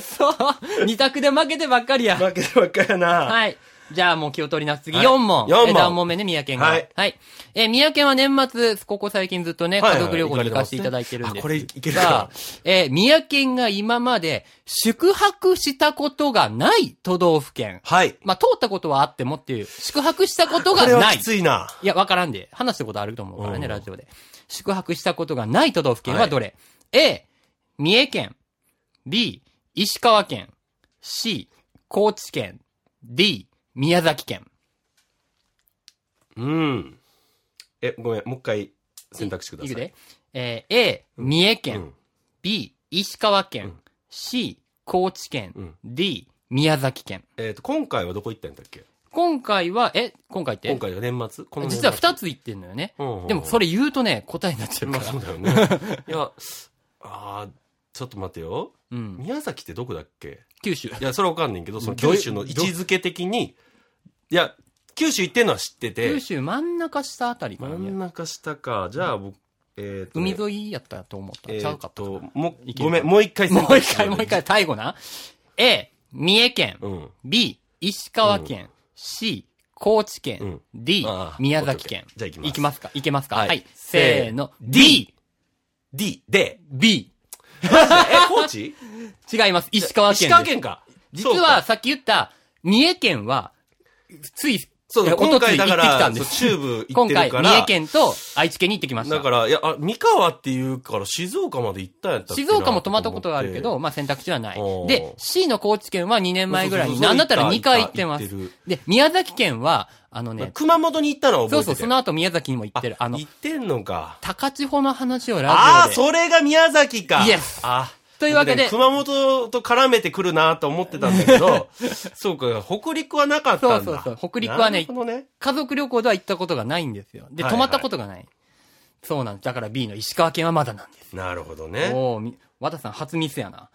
[SPEAKER 2] そう。二択で負けてばっかりや
[SPEAKER 1] た。。負けたばっかやな。
[SPEAKER 2] はい。じゃあもう気を取りなく次、
[SPEAKER 1] はい
[SPEAKER 2] 4問。
[SPEAKER 1] 四問
[SPEAKER 2] えー何問目ね、宮県が。
[SPEAKER 1] は
[SPEAKER 2] はいい。えー宮県は年末、ここ最近ずっとね、
[SPEAKER 1] はいはい
[SPEAKER 2] 家族旅行に行かせていただいてるんです
[SPEAKER 1] あこれいけるか
[SPEAKER 2] が、えー宮県が今まで宿泊したことがない都道府県。
[SPEAKER 1] はい。
[SPEAKER 2] まあ、通ったことはあってもっていう、宿泊したこと
[SPEAKER 1] こ
[SPEAKER 2] が
[SPEAKER 1] れは
[SPEAKER 2] ない。
[SPEAKER 1] きついな。
[SPEAKER 2] いや、わからんで。話したことあると思うから
[SPEAKER 1] う
[SPEAKER 2] ね、
[SPEAKER 1] ん
[SPEAKER 2] ラジオで。宿泊したことがない都道府県はどれ、?A、三重県。B、石川県。C、高知県。D、宮崎県。
[SPEAKER 1] うん。え、ごめん、もう一回選択肢ください。
[SPEAKER 2] いくで。えー A、三重
[SPEAKER 1] う
[SPEAKER 2] 県、
[SPEAKER 1] ん。
[SPEAKER 2] B、石川県、
[SPEAKER 1] うん
[SPEAKER 2] C、高知県、
[SPEAKER 1] うん
[SPEAKER 2] D、宮崎県。
[SPEAKER 1] えっと、今回はどこ行ったんだっけ
[SPEAKER 2] 今回は、え、今回って
[SPEAKER 1] 今回が年末この年
[SPEAKER 2] 実は2
[SPEAKER 1] つ。
[SPEAKER 2] つ言ってんのよね。
[SPEAKER 1] うんうんうん
[SPEAKER 2] でもそれ言うとね、答えになっちゃう
[SPEAKER 1] ま
[SPEAKER 2] か
[SPEAKER 1] あ
[SPEAKER 2] ら。
[SPEAKER 1] そうだよね。 いや、あーちょっと待てよ。
[SPEAKER 2] うん。
[SPEAKER 1] 宮崎ってどこだっけ
[SPEAKER 2] 九州。
[SPEAKER 1] いや、それわかんないけど、その
[SPEAKER 2] ど
[SPEAKER 1] 九州の位置づけ的に、いや、九州行ってんのは知ってて
[SPEAKER 2] 九、州真ん中下あたりか
[SPEAKER 1] 真
[SPEAKER 2] ら
[SPEAKER 1] ん
[SPEAKER 2] ね。
[SPEAKER 1] 中下か、じゃあ僕、えっとね、
[SPEAKER 2] 海沿いやったと思った。
[SPEAKER 1] え
[SPEAKER 2] ちゃうか
[SPEAKER 1] ー
[SPEAKER 2] っ
[SPEAKER 1] った
[SPEAKER 2] かな
[SPEAKER 1] と、もう
[SPEAKER 2] い、ける
[SPEAKER 1] ごめん、もう一回
[SPEAKER 2] もう一回、もう一。回、最後な。A、三重県。
[SPEAKER 1] うん。
[SPEAKER 2] B、石川県。C、高知
[SPEAKER 1] う
[SPEAKER 2] 県
[SPEAKER 1] ん。
[SPEAKER 2] D
[SPEAKER 1] ああ、
[SPEAKER 2] 宮崎県。
[SPEAKER 1] オッケーオッケーじゃあ
[SPEAKER 2] い
[SPEAKER 1] 行
[SPEAKER 2] き
[SPEAKER 1] き
[SPEAKER 2] ま
[SPEAKER 1] ます
[SPEAKER 2] かいけますか
[SPEAKER 1] はい
[SPEAKER 2] はい。せ
[SPEAKER 1] せ
[SPEAKER 2] ー
[SPEAKER 1] ー
[SPEAKER 2] の。D
[SPEAKER 1] D、D、で、
[SPEAKER 2] B。
[SPEAKER 1] え、高知
[SPEAKER 2] 違います。 石川県です。
[SPEAKER 1] 石川県か。
[SPEAKER 2] 実
[SPEAKER 1] そうか
[SPEAKER 2] は、、さっき言った、三重県は、つい、
[SPEAKER 1] そう
[SPEAKER 2] え
[SPEAKER 1] だ、
[SPEAKER 2] おと
[SPEAKER 1] 今
[SPEAKER 2] つ
[SPEAKER 1] 回
[SPEAKER 2] い
[SPEAKER 1] だ
[SPEAKER 2] 行
[SPEAKER 1] か
[SPEAKER 2] ってきた
[SPEAKER 1] ら、
[SPEAKER 2] んで
[SPEAKER 1] そう
[SPEAKER 2] す。
[SPEAKER 1] 中部行っ
[SPEAKER 2] 今
[SPEAKER 1] てる
[SPEAKER 2] 回、
[SPEAKER 1] から。
[SPEAKER 2] 三重県と愛知県に行ってきました。
[SPEAKER 1] だから、いや、あ、三河っていうから静岡まで行ったんやったっけな
[SPEAKER 2] 静岡も泊まったことがあるけ
[SPEAKER 1] と
[SPEAKER 2] ど、
[SPEAKER 1] 思っ
[SPEAKER 2] まあ選択肢はない
[SPEAKER 1] お。ー
[SPEAKER 2] で、C の高知県は2
[SPEAKER 1] て
[SPEAKER 2] 年前ぐらいに、
[SPEAKER 1] そうそう
[SPEAKER 2] なんだったら
[SPEAKER 1] そう
[SPEAKER 2] 2回行ってま
[SPEAKER 1] 行
[SPEAKER 2] す。
[SPEAKER 1] ってる
[SPEAKER 2] で、宮崎県は、あの
[SPEAKER 1] まあ
[SPEAKER 2] ね、
[SPEAKER 1] 熊本に行ったのは覚え
[SPEAKER 2] そう
[SPEAKER 1] て
[SPEAKER 2] そう、その後宮崎にも行ってる。あの
[SPEAKER 1] 行、ってんのか。
[SPEAKER 2] 高千穂の話を
[SPEAKER 1] あ
[SPEAKER 2] ラ
[SPEAKER 1] あ、
[SPEAKER 2] ジオで。
[SPEAKER 1] それが宮崎か。
[SPEAKER 2] イエス
[SPEAKER 1] あ
[SPEAKER 2] というわけで
[SPEAKER 1] 僕ね熊本と絡めてくるなと思ってたんだけ ど、そうか、北陸はなかったんだ。
[SPEAKER 2] そうそうそう北陸はね
[SPEAKER 1] なるほどね。
[SPEAKER 2] 家族旅行では行ったことがないんですよ。で、
[SPEAKER 1] はい
[SPEAKER 2] 泊
[SPEAKER 1] はい
[SPEAKER 2] まったことがない。そうなんです。だから B の石川県はまだなんです。
[SPEAKER 1] なるほどね。
[SPEAKER 2] おお、み和田さん初ミスやな。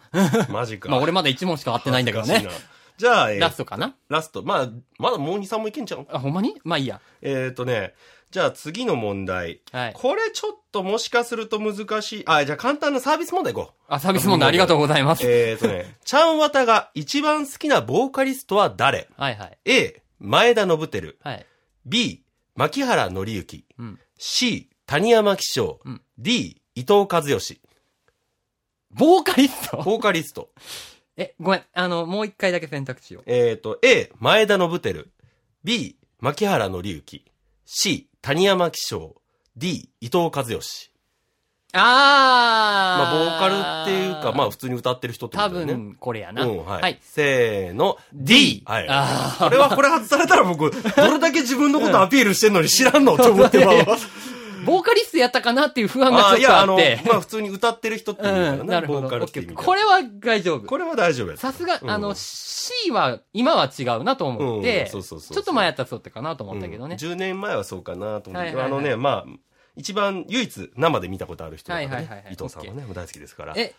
[SPEAKER 1] マジか。
[SPEAKER 2] まあ俺まだ1問しか合ってないんだけど
[SPEAKER 1] 恥
[SPEAKER 2] ね
[SPEAKER 1] ず。かしいな。じゃあ、えー
[SPEAKER 2] ラストかな
[SPEAKER 1] ラスト。まあ、まだもう2、3もいけんちゃう
[SPEAKER 2] あ、ほんまにまあいいや。
[SPEAKER 1] えっ、ー、とね、じゃあ次の問題。
[SPEAKER 2] はい
[SPEAKER 1] これちょっともしかすると難しい。あ、じゃあ簡単なサービス問題いこう。
[SPEAKER 2] あ、サービス問題ありがとうございます。
[SPEAKER 1] えっ、ー、と ね、ちゃんわたが一番好きなボーカリストは誰
[SPEAKER 2] はいはい。
[SPEAKER 1] ?A、前田信輝。
[SPEAKER 2] はい。
[SPEAKER 1] B、牧原紀之。
[SPEAKER 2] うん。
[SPEAKER 1] C、谷山紀章。
[SPEAKER 2] うん
[SPEAKER 1] D、伊藤和義。
[SPEAKER 2] ボーカリスト
[SPEAKER 1] ボーカリスト。
[SPEAKER 2] え、ごめん。あの、もう一回だけ選択肢を。
[SPEAKER 1] えっ、ー、と、A、前田信輝。B、牧原紀之。C、谷山紀章。D、伊藤和義。
[SPEAKER 2] あ
[SPEAKER 1] まあ、ボーカルっていうか、まあ、普通に歌ってる人ってこ
[SPEAKER 2] 多
[SPEAKER 1] とだよね。
[SPEAKER 2] 分、これやな。
[SPEAKER 1] うん、はい。
[SPEAKER 2] はい。
[SPEAKER 1] せーの、
[SPEAKER 2] D
[SPEAKER 1] D! はい。
[SPEAKER 2] あ
[SPEAKER 1] これは、これ外されたら僕、どれだけ自分のことアピールしてんのに知らん のって思ってまう
[SPEAKER 2] ボーカリストやったかなっていう不安
[SPEAKER 1] あ
[SPEAKER 2] が
[SPEAKER 1] ーい
[SPEAKER 2] ちょっと
[SPEAKER 1] や、あ
[SPEAKER 2] あっ
[SPEAKER 1] の、
[SPEAKER 2] て。
[SPEAKER 1] まあ普通に歌ってる人っていうから
[SPEAKER 2] うん、な
[SPEAKER 1] ね、
[SPEAKER 2] る
[SPEAKER 1] ボ
[SPEAKER 2] ほど。
[SPEAKER 1] ーカルっていう意味で
[SPEAKER 2] これは大丈夫。
[SPEAKER 1] これは大丈夫や
[SPEAKER 2] さすが、
[SPEAKER 1] うん
[SPEAKER 2] あの、C は、今は違うなと思っ
[SPEAKER 1] う
[SPEAKER 2] て、
[SPEAKER 1] ん
[SPEAKER 2] ちょ
[SPEAKER 1] そうそうそうそう
[SPEAKER 2] っと前やったらそうってかなと思ったけどね。
[SPEAKER 1] 10年前はそうかなと思って、
[SPEAKER 2] はいはいはい
[SPEAKER 1] あのね、まあ、一番唯一生で見たことある人だからね、
[SPEAKER 2] はいはいはいはい
[SPEAKER 1] 伊藤さんはね、もう大好きですから。
[SPEAKER 2] え、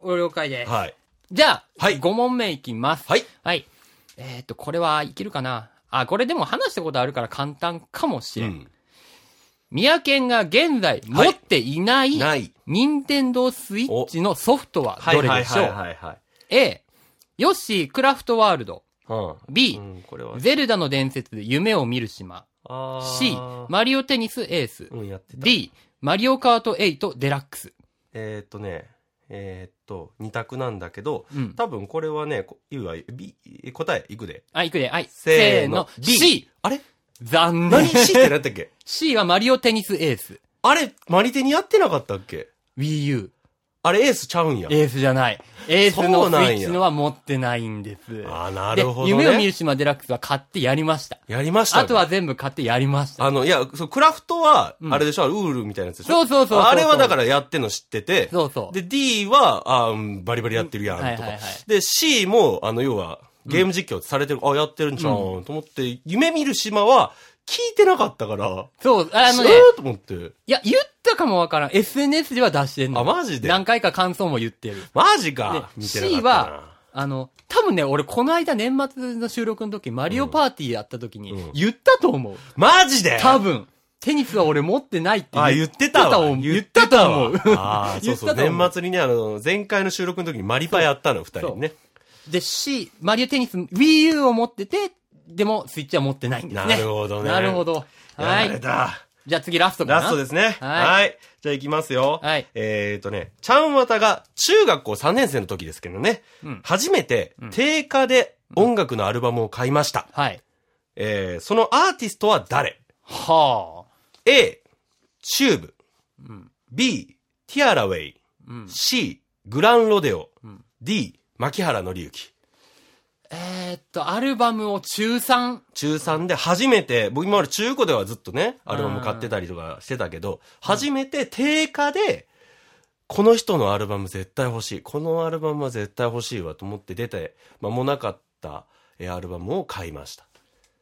[SPEAKER 2] お了解です。
[SPEAKER 1] はい。
[SPEAKER 2] じゃあ、
[SPEAKER 1] はい
[SPEAKER 2] 5問目いきます。
[SPEAKER 1] はい。
[SPEAKER 2] はい。えっ、と、これはいけるかなあ、これでも話したことあるから簡単かもし
[SPEAKER 1] う
[SPEAKER 2] れん。
[SPEAKER 1] ん。
[SPEAKER 2] 宮県が現在持っていない、
[SPEAKER 1] ない。
[SPEAKER 2] 任天堂スイッチのソフトは
[SPEAKER 1] はい
[SPEAKER 2] どれ
[SPEAKER 1] は
[SPEAKER 2] で
[SPEAKER 1] い
[SPEAKER 2] し
[SPEAKER 1] は
[SPEAKER 2] ょ
[SPEAKER 1] いうはいはい。
[SPEAKER 2] ?A、ヨッシークラフトワールド。
[SPEAKER 1] うん。
[SPEAKER 2] B
[SPEAKER 1] うんこれは。
[SPEAKER 2] ゼルダの伝説、夢を見る島。
[SPEAKER 1] あー
[SPEAKER 2] C、マリオテニスエース。
[SPEAKER 1] うん、やってた。
[SPEAKER 2] D、マリオカート8デラックス。
[SPEAKER 1] えーっとね、えーっと、二択なんだけど、
[SPEAKER 2] うん。
[SPEAKER 1] 多分これはね、こいいわ、B、答えいくで。
[SPEAKER 2] あ、いくで。はい。
[SPEAKER 1] せーの B
[SPEAKER 2] C!
[SPEAKER 1] あれ
[SPEAKER 2] 残
[SPEAKER 1] 何
[SPEAKER 2] 念。
[SPEAKER 1] ?C ってなったっ け
[SPEAKER 2] C はマリオテニスエース。
[SPEAKER 1] あれ、マリテにやってなかったっけ
[SPEAKER 2] Wii U。
[SPEAKER 1] あれエースちゃうんや。
[SPEAKER 2] エースじゃない。エース
[SPEAKER 1] そ
[SPEAKER 2] のス
[SPEAKER 1] う
[SPEAKER 2] イ
[SPEAKER 1] なんや
[SPEAKER 2] ッチのは持ってないんです。
[SPEAKER 1] あー、なるほど、
[SPEAKER 2] で、
[SPEAKER 1] ね。
[SPEAKER 2] 夢を見る島デラックスは買ってやりました。
[SPEAKER 1] やりましたね
[SPEAKER 2] あとは全部買ってやりました。
[SPEAKER 1] あの、いや、そう、クラフトは
[SPEAKER 2] う、ん
[SPEAKER 1] あれでしょ、ウールみたいなやつでしょ
[SPEAKER 2] そうそうそうそうそう
[SPEAKER 1] あれはだからやってんの知ってて。
[SPEAKER 2] そうそう
[SPEAKER 1] で、D は、あうんバリバリやってるやん、と
[SPEAKER 2] はいはいはい
[SPEAKER 1] か。で、C も、あの、要は、ゲーム実況されてる、あ、やってるんちゃうん、と思って、夢見る島は、聞いてなかったから、
[SPEAKER 2] そう、あのね、
[SPEAKER 1] えーと思って。
[SPEAKER 2] いや、言ったかもわからん。SNS では出してんの。
[SPEAKER 1] あマジで
[SPEAKER 2] 何回か感想も言ってる。
[SPEAKER 1] マジ
[SPEAKER 2] で
[SPEAKER 1] か見てなか
[SPEAKER 2] C
[SPEAKER 1] ったな
[SPEAKER 2] は、あの、多分ね、俺この間年末の収録の時、マリオパーティーやった時に
[SPEAKER 1] うん、
[SPEAKER 2] 言ったと思う。
[SPEAKER 1] マジで
[SPEAKER 2] 多分。テニスは俺持ってないって
[SPEAKER 1] あ、言ってたわ。
[SPEAKER 2] 言ってたと思う。言ってたと思う
[SPEAKER 1] あーそうそ
[SPEAKER 2] 言
[SPEAKER 1] う。
[SPEAKER 2] ったと思う
[SPEAKER 1] 年末にね、あの、前回の収録の時にマリパやったの、二人ね。
[SPEAKER 2] で、C、マリオテニス、Wii U を持ってて、でも、スイッチは持ってないんですね。
[SPEAKER 1] なるほどね
[SPEAKER 2] なるほど。は
[SPEAKER 1] やられ
[SPEAKER 2] い。
[SPEAKER 1] た。
[SPEAKER 2] じゃあ次ラストかな。
[SPEAKER 1] ラストですね。
[SPEAKER 2] はい
[SPEAKER 1] はい。じゃあ行きますよ。
[SPEAKER 2] はい
[SPEAKER 1] えっ、ー、とね、ちゃんわたが中学校3年生の時ですけどね、
[SPEAKER 2] うん
[SPEAKER 1] 初めて定価で音楽のアルバムを買いました。
[SPEAKER 2] はい。
[SPEAKER 1] えー、そのアーティストは誰
[SPEAKER 2] は
[SPEAKER 1] ?A、チューブ。
[SPEAKER 2] あ。うん。
[SPEAKER 1] B、ティアラウェイ。
[SPEAKER 2] うん。
[SPEAKER 1] C、グランロデオ。
[SPEAKER 2] うん
[SPEAKER 1] D、牧原の之。
[SPEAKER 2] えーっと、アルバムを中3。
[SPEAKER 1] 中3で初めて、僕今まで中古ではずっとね、アルバム買ってたりとかしてたけど、初めて定価で、この人のアルバム絶対欲しい。このアルバムは絶対欲しいわと思って出て、間もなかったえーアルバムを買いました。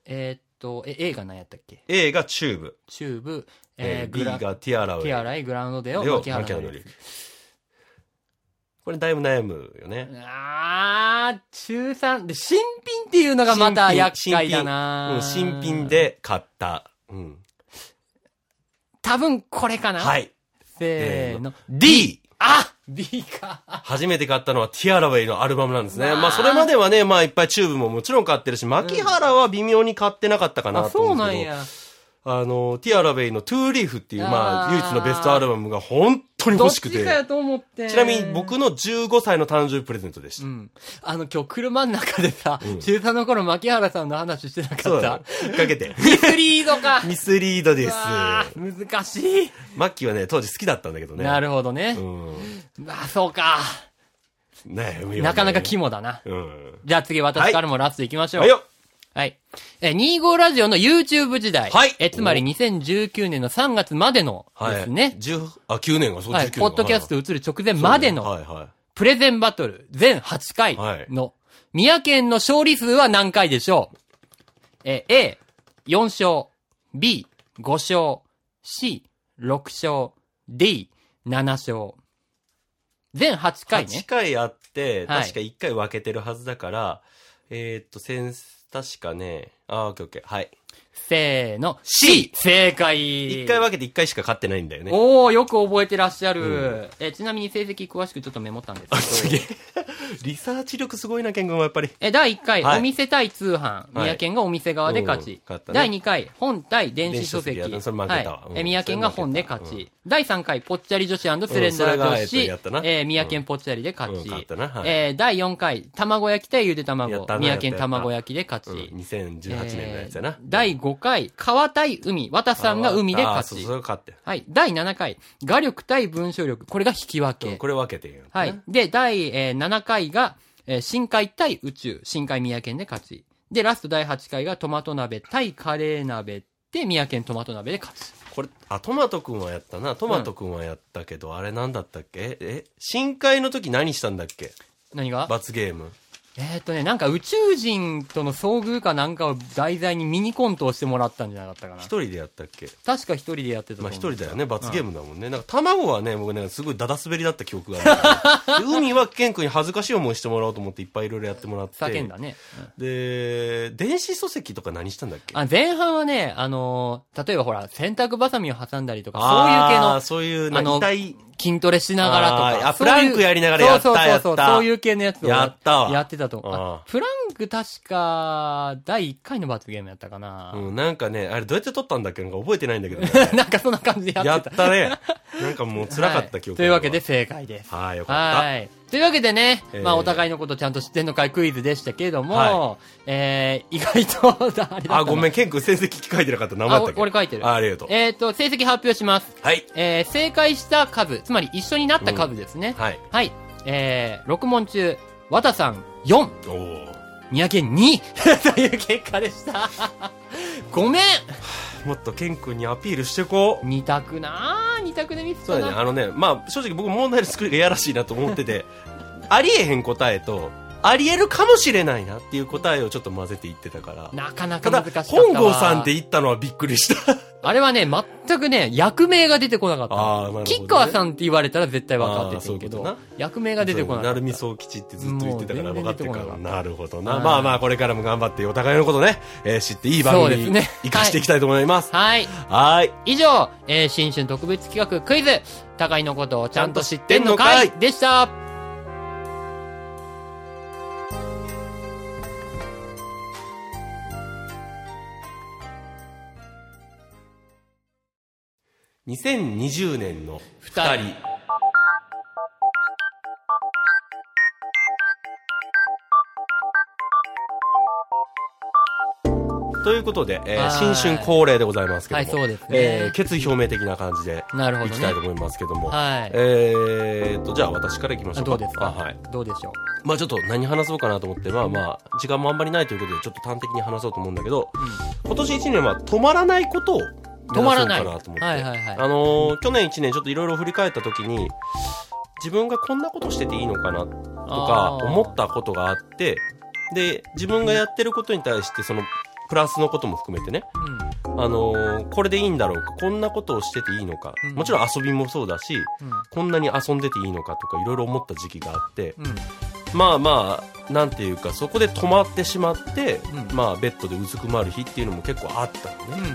[SPEAKER 2] えーっと、え、映画何やったっけ
[SPEAKER 1] A がチューブ、
[SPEAKER 2] チューブ、
[SPEAKER 1] え
[SPEAKER 2] えー、
[SPEAKER 1] ー、B
[SPEAKER 2] グラ、
[SPEAKER 1] がティアラウェイ
[SPEAKER 2] ティアライ、グラウンドデオ、
[SPEAKER 1] を
[SPEAKER 2] 牧原
[SPEAKER 1] 牧原
[SPEAKER 2] のり
[SPEAKER 1] 紀之これだいぶ悩むよね。
[SPEAKER 2] あー、中3。で、新品っていうのがまた厄介だな
[SPEAKER 1] 新品うん新品。で買った。うん。
[SPEAKER 2] 多分これかな。
[SPEAKER 1] はいい。
[SPEAKER 2] せーの。
[SPEAKER 1] D!
[SPEAKER 2] あ !B か。
[SPEAKER 1] 初めて買ったのはティアラウェイのアルバムなんですね。
[SPEAKER 2] わあ
[SPEAKER 1] まあそれまではね、まあいっぱいチューブももちろん買ってるし、牧原は微妙に買ってなかったかな
[SPEAKER 2] あ、
[SPEAKER 1] と思
[SPEAKER 2] そううん
[SPEAKER 1] で
[SPEAKER 2] な
[SPEAKER 1] す
[SPEAKER 2] ん
[SPEAKER 1] けど、
[SPEAKER 2] や。
[SPEAKER 1] あの、ティアラウェイのトゥーリーフっていう、ま
[SPEAKER 2] あ
[SPEAKER 1] あ
[SPEAKER 2] ー
[SPEAKER 1] 唯一のベストアルバムが本当に
[SPEAKER 2] ど
[SPEAKER 1] 欲
[SPEAKER 2] っ
[SPEAKER 1] しく
[SPEAKER 2] ちか
[SPEAKER 1] て。
[SPEAKER 2] やと思って。
[SPEAKER 1] ちなみに僕の15歳の誕生日プレゼントでした
[SPEAKER 2] う。ん。あの、今日車の中でさ、
[SPEAKER 1] うん
[SPEAKER 2] 中3の頃、牧原さんの話してな
[SPEAKER 1] そ
[SPEAKER 2] か
[SPEAKER 1] う
[SPEAKER 2] っ
[SPEAKER 1] だ
[SPEAKER 2] た
[SPEAKER 1] ね。。引っ掛けて。
[SPEAKER 2] ミスリードか。
[SPEAKER 1] ミスリードで
[SPEAKER 2] う
[SPEAKER 1] す。
[SPEAKER 2] わー難しい。
[SPEAKER 1] マッキーはね、当時好きだったんだけどね。
[SPEAKER 2] なるほどね
[SPEAKER 1] う。ん。
[SPEAKER 2] あ、そうか。
[SPEAKER 1] 悩むよね。
[SPEAKER 2] なかなか肝だな。
[SPEAKER 1] うん。
[SPEAKER 2] じゃあ次私からもラストいきましょう。
[SPEAKER 1] はいよ
[SPEAKER 2] はい。えー、25ラジオの YouTube 時代。
[SPEAKER 1] はい
[SPEAKER 2] えー、つまり2019年の3月までの
[SPEAKER 1] はい。
[SPEAKER 2] ですね。
[SPEAKER 1] 10あ、9年がそう、
[SPEAKER 2] はい。
[SPEAKER 1] 19年
[SPEAKER 2] ポッドキャスト映る直前までの
[SPEAKER 1] はいは
[SPEAKER 2] プレゼンバトル全8回の、宮県の勝利数は何回でしょうえー、A、4勝、B、5勝、C、6勝、D、7勝。全8
[SPEAKER 1] い。
[SPEAKER 2] 回
[SPEAKER 1] 8
[SPEAKER 2] ね。
[SPEAKER 1] 回あって、
[SPEAKER 2] はい
[SPEAKER 1] 確か1回分けてるはずだから、えーっと、先、確かね、あー、オッケーオッケー。はい。
[SPEAKER 2] せーの。
[SPEAKER 1] C
[SPEAKER 2] 正解
[SPEAKER 1] 1回分けて1回しか勝ってないんだよね。
[SPEAKER 2] おおよく覚えてらっしゃる、
[SPEAKER 1] うん
[SPEAKER 2] えちなみに成績詳しくちょっとメモったんです
[SPEAKER 1] あ、
[SPEAKER 2] けど
[SPEAKER 1] すげえ。 リサーチ力すごいな、ケン君はやっぱり。
[SPEAKER 2] え第1回、
[SPEAKER 1] はい
[SPEAKER 2] お店対通販、
[SPEAKER 1] い
[SPEAKER 2] 宮県がお店側で勝ち、
[SPEAKER 1] うん勝ったね
[SPEAKER 2] 第2回本対電子書籍
[SPEAKER 1] 電子書籍やったそれ負けたわ
[SPEAKER 2] は
[SPEAKER 1] うん
[SPEAKER 2] いえ宮県が本で勝ち、第3回ポッチャリ女子スレン
[SPEAKER 1] うんそ
[SPEAKER 2] ダ
[SPEAKER 1] れ
[SPEAKER 2] ー
[SPEAKER 1] が
[SPEAKER 2] 女子、
[SPEAKER 1] えっとやったな
[SPEAKER 2] えー宮県ポッチャリで勝
[SPEAKER 1] うん
[SPEAKER 2] ち、
[SPEAKER 1] 勝ったなはい
[SPEAKER 2] えー第4回卵焼き対ゆで
[SPEAKER 1] や
[SPEAKER 2] 卵
[SPEAKER 1] ったな
[SPEAKER 2] 宮県
[SPEAKER 1] やったやった
[SPEAKER 2] 卵焼きで勝
[SPEAKER 1] うん、
[SPEAKER 2] ち、
[SPEAKER 1] 2018年のやつや
[SPEAKER 2] え
[SPEAKER 1] な
[SPEAKER 2] ー。第5回川対海綿さんが海で勝
[SPEAKER 1] あーそう
[SPEAKER 2] ち
[SPEAKER 1] そう、勝って。
[SPEAKER 2] はい。第7回、画力対文章力。これが引き分
[SPEAKER 1] う
[SPEAKER 2] け。
[SPEAKER 1] んこれ分けてんやった
[SPEAKER 2] は
[SPEAKER 1] ね
[SPEAKER 2] い。。で、第、えー7回が、えー深海対宇宙。深海宮県で勝ち。で、ラスト第8回がトマト鍋対カレー鍋で宮県トマト鍋で勝つ。
[SPEAKER 1] これ、あ、トマトくんはやったな。トマトくんはやったけど、あれなんだったっけええ深海の時何したんだっけ
[SPEAKER 2] 何が
[SPEAKER 1] 罰ゲーム。
[SPEAKER 2] えーっとね、なんか宇宙人との遭遇かなんかを題材にミニコントをしてもらったんじゃなかったかな
[SPEAKER 1] 一。人でやったっけ
[SPEAKER 2] 確か一人でやってたと
[SPEAKER 1] まあ
[SPEAKER 2] 思う
[SPEAKER 1] 一人だよね。罰ゲームだもんね。なんか卵はね、僕ね、すごいダダ滑りだった記憶が ある。で海はケン君に恥ずかしい思いしてもらおうと思っていっぱいいろいろやってもらって。
[SPEAKER 2] 叫んだね。うん
[SPEAKER 1] で、電子書籍とか何したんだっけ
[SPEAKER 2] あ前半はね、あのー例えばほら、洗濯バサミを挟んだりとか、そういう系の
[SPEAKER 1] あーそういうな
[SPEAKER 2] あの
[SPEAKER 1] 痛い。
[SPEAKER 2] 筋トレしながらと
[SPEAKER 1] あー
[SPEAKER 2] か。
[SPEAKER 1] あ
[SPEAKER 2] そういう
[SPEAKER 1] プランクやりながらやった
[SPEAKER 2] そうそうそうそ
[SPEAKER 1] や
[SPEAKER 2] う
[SPEAKER 1] った
[SPEAKER 2] そういう系のやつを
[SPEAKER 1] やったわ
[SPEAKER 2] やってたと思う。
[SPEAKER 1] あ
[SPEAKER 2] あプランク確か、第1回の罰ゲームやったかな。
[SPEAKER 1] うん、なんかね、あれどうやって撮ったんだっけなんか覚えてないんだけど ね。
[SPEAKER 2] なんかそんな感じでや
[SPEAKER 1] や
[SPEAKER 2] っ
[SPEAKER 1] って
[SPEAKER 2] た。
[SPEAKER 1] たね。なんかもう辛かった記
[SPEAKER 2] はい
[SPEAKER 1] 憶
[SPEAKER 2] というわけで。正解です。
[SPEAKER 1] はい、よかった。
[SPEAKER 2] はい。というわけでね、
[SPEAKER 1] えー
[SPEAKER 2] まあお互いのことちゃんと知ってんのかいクイズでしたけれども、
[SPEAKER 1] は
[SPEAKER 2] えー、意外と、あれだった
[SPEAKER 1] あ、ごめ
[SPEAKER 2] ん。
[SPEAKER 1] ん、ケン君成績書いてなかった。名前
[SPEAKER 2] あ、
[SPEAKER 1] だったっ
[SPEAKER 2] お
[SPEAKER 1] け
[SPEAKER 2] 俺書いてる。
[SPEAKER 1] あありがとう。
[SPEAKER 2] えっ、と、成績発表します。
[SPEAKER 1] はい。
[SPEAKER 2] えー、正解した数、つまり一緒になった数ですね。
[SPEAKER 1] はい。
[SPEAKER 2] はい。えー、6問中、和田さん4、
[SPEAKER 1] おー
[SPEAKER 2] 三宅2 という結果でした。 ごめん
[SPEAKER 1] もっとケン君にアピールしてこう。
[SPEAKER 2] 二択なぁ、二択でミス
[SPEAKER 1] そ
[SPEAKER 2] っ
[SPEAKER 1] う
[SPEAKER 2] た
[SPEAKER 1] だね。
[SPEAKER 2] な。
[SPEAKER 1] あのね、まあ、正直僕問題の作りがやらしいなと思ってて、 ありえへん答えと、ありえるかもしれないなっていう答えをちょっと混ぜて言ってたから。
[SPEAKER 2] なかな
[SPEAKER 1] た
[SPEAKER 2] か
[SPEAKER 1] だ、
[SPEAKER 2] 難しかったわ。
[SPEAKER 1] 本郷さんって言ったのはびっくり した。
[SPEAKER 2] あれはね、全くね、役名が出てこなかった。
[SPEAKER 1] あーなるほどね
[SPEAKER 2] 吉川さんって言われたら絶対分かってて
[SPEAKER 1] あー
[SPEAKER 2] るけど、
[SPEAKER 1] そういうこ
[SPEAKER 2] 役名が出てこなか
[SPEAKER 1] な
[SPEAKER 2] った。
[SPEAKER 1] るみそう吉ってずっと言ってたから
[SPEAKER 2] もう
[SPEAKER 1] 分
[SPEAKER 2] 全然
[SPEAKER 1] かってるから。
[SPEAKER 2] 出てこな
[SPEAKER 1] なるほどな。
[SPEAKER 2] はい
[SPEAKER 1] まあまあ、これからも頑張ってお互いのことね、えー知っていい番
[SPEAKER 2] そう
[SPEAKER 1] 組
[SPEAKER 2] です
[SPEAKER 1] に
[SPEAKER 2] ね
[SPEAKER 1] 生かしていきたいと思います。
[SPEAKER 2] はい。
[SPEAKER 1] はい。
[SPEAKER 2] 以上、えー新春特別企画クイズ、互いのことをちゃんと知ってんのかいでした。
[SPEAKER 1] 2020年の
[SPEAKER 2] 二
[SPEAKER 1] 二
[SPEAKER 2] 人
[SPEAKER 1] 人。ということで、えー
[SPEAKER 2] はい
[SPEAKER 1] 新春恒例でございますけども、
[SPEAKER 2] はいそうですね
[SPEAKER 1] えー決意表明的な感じで
[SPEAKER 2] なるほ
[SPEAKER 1] い
[SPEAKER 2] ど
[SPEAKER 1] き
[SPEAKER 2] ね
[SPEAKER 1] たいと。思いますけども、
[SPEAKER 2] はい。
[SPEAKER 1] えーっと、じゃあ私からいきましょうか。
[SPEAKER 2] どうですか
[SPEAKER 1] あはい。
[SPEAKER 2] どうでしょ
[SPEAKER 1] まあちょっと何話そうかなと思って、まあまあ、時間もあんまりないということで、ちょっと端的に話そうと思うんだけど、今年1年は止まらないことを目指
[SPEAKER 2] う。
[SPEAKER 1] そ
[SPEAKER 2] 止
[SPEAKER 1] う
[SPEAKER 2] ま
[SPEAKER 1] か
[SPEAKER 2] らな。
[SPEAKER 1] ないと思
[SPEAKER 2] は
[SPEAKER 1] って。
[SPEAKER 2] いはいはい。
[SPEAKER 1] あのー去年1年ちょっといろいろ振り返った時に、自分がこんなことしてていいのかなとか
[SPEAKER 2] あー
[SPEAKER 1] 思ったことがあって、で、自分がやってることに対して、その、プラスのことも含めてね、
[SPEAKER 2] うん。
[SPEAKER 1] あのーこれでいいんだろうか、こんなことをしてていいのか、
[SPEAKER 2] うん
[SPEAKER 1] もちろん遊びもそうだし、
[SPEAKER 2] うん。
[SPEAKER 1] こんなに遊んでていいのかとかいろいろ思った時期があって、
[SPEAKER 2] うん。
[SPEAKER 1] まあまあ、なんていうか、そこで止まってしまって、
[SPEAKER 2] うん
[SPEAKER 1] まあ、ベッドでうずくまる日っていうのも結構あったのね。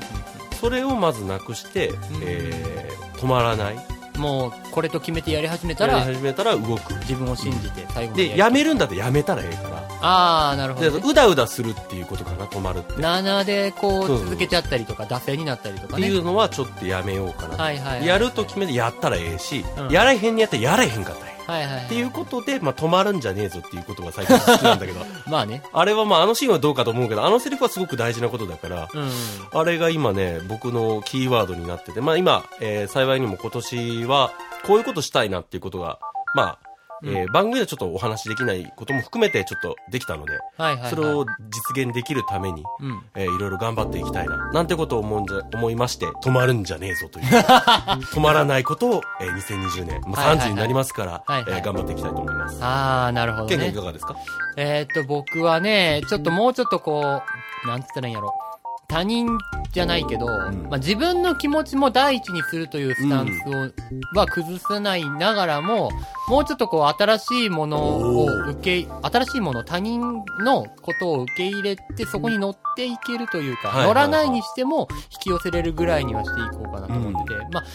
[SPEAKER 1] それをまずなくして、えー、止まらない。
[SPEAKER 2] うん。もう、これと決めてやり始めた
[SPEAKER 1] やり
[SPEAKER 2] ら、
[SPEAKER 1] 始めたら動く。
[SPEAKER 2] 自分を信じて最後まで。
[SPEAKER 1] で、やめるんだってやめたらええから。
[SPEAKER 2] ああ、なるほ
[SPEAKER 1] で、
[SPEAKER 2] どね。
[SPEAKER 1] うだうだするっていうことかな、止まるって。っ
[SPEAKER 2] 7でこう
[SPEAKER 1] そう
[SPEAKER 2] 続けちゃったりとか、惰性になったりとか
[SPEAKER 1] て
[SPEAKER 2] ね。
[SPEAKER 1] いうのはちょっとやめようかな。
[SPEAKER 2] はいはいはい
[SPEAKER 1] やると決めてやったらええし、
[SPEAKER 2] うん
[SPEAKER 1] やらへんにやったらやらへんかったらええ。
[SPEAKER 2] はいはい。
[SPEAKER 1] っていうことで、まあ、止まるんじゃねえぞっていうことが最近好きなんだけど、
[SPEAKER 2] まあね。
[SPEAKER 1] あれはまあ、あのシーンはどうかと思うけど、あのセリフはすごく大事なことだから、
[SPEAKER 2] うん。
[SPEAKER 1] あれが今ね、僕のキーワードになってて、まあ今、えー幸いにも今年は、こういうことしたいなっていうことが、まあ、えー番組ではちょっとお話しできないことも含めてちょっとできたので、
[SPEAKER 2] はいはいはい。
[SPEAKER 1] それを実現できるために、
[SPEAKER 2] うん。
[SPEAKER 1] えーいろいろ頑張っていきたいな、なんてことを思うんじゃ、思いまして、止まるんじゃねえぞ という、止まらないことを、えー2020年、もう
[SPEAKER 2] はいはいは
[SPEAKER 1] 30
[SPEAKER 2] い
[SPEAKER 1] になりますから、
[SPEAKER 2] はいはい
[SPEAKER 1] えー頑張っていきたいと思います。
[SPEAKER 2] ああ、なるほど
[SPEAKER 1] ケン君い
[SPEAKER 2] ね
[SPEAKER 1] か。がですか
[SPEAKER 2] えーっと、僕はね、ちょっともうちょっとこう、なんつったらいいんやろ。他人じゃないけど、
[SPEAKER 1] ん
[SPEAKER 2] まあ、自分の気持ちも第一にするというスタンスを、は崩さないながらも、もうちょっとこう、新しいものを
[SPEAKER 1] おー
[SPEAKER 2] 受け、新しいもの、他人のことを受け入れて、そこに乗っていけるというか、
[SPEAKER 1] はいはい
[SPEAKER 2] 乗
[SPEAKER 1] はい
[SPEAKER 2] らないにしても、引き寄せれるぐらいにはしていこうかなと思ってて、まあ、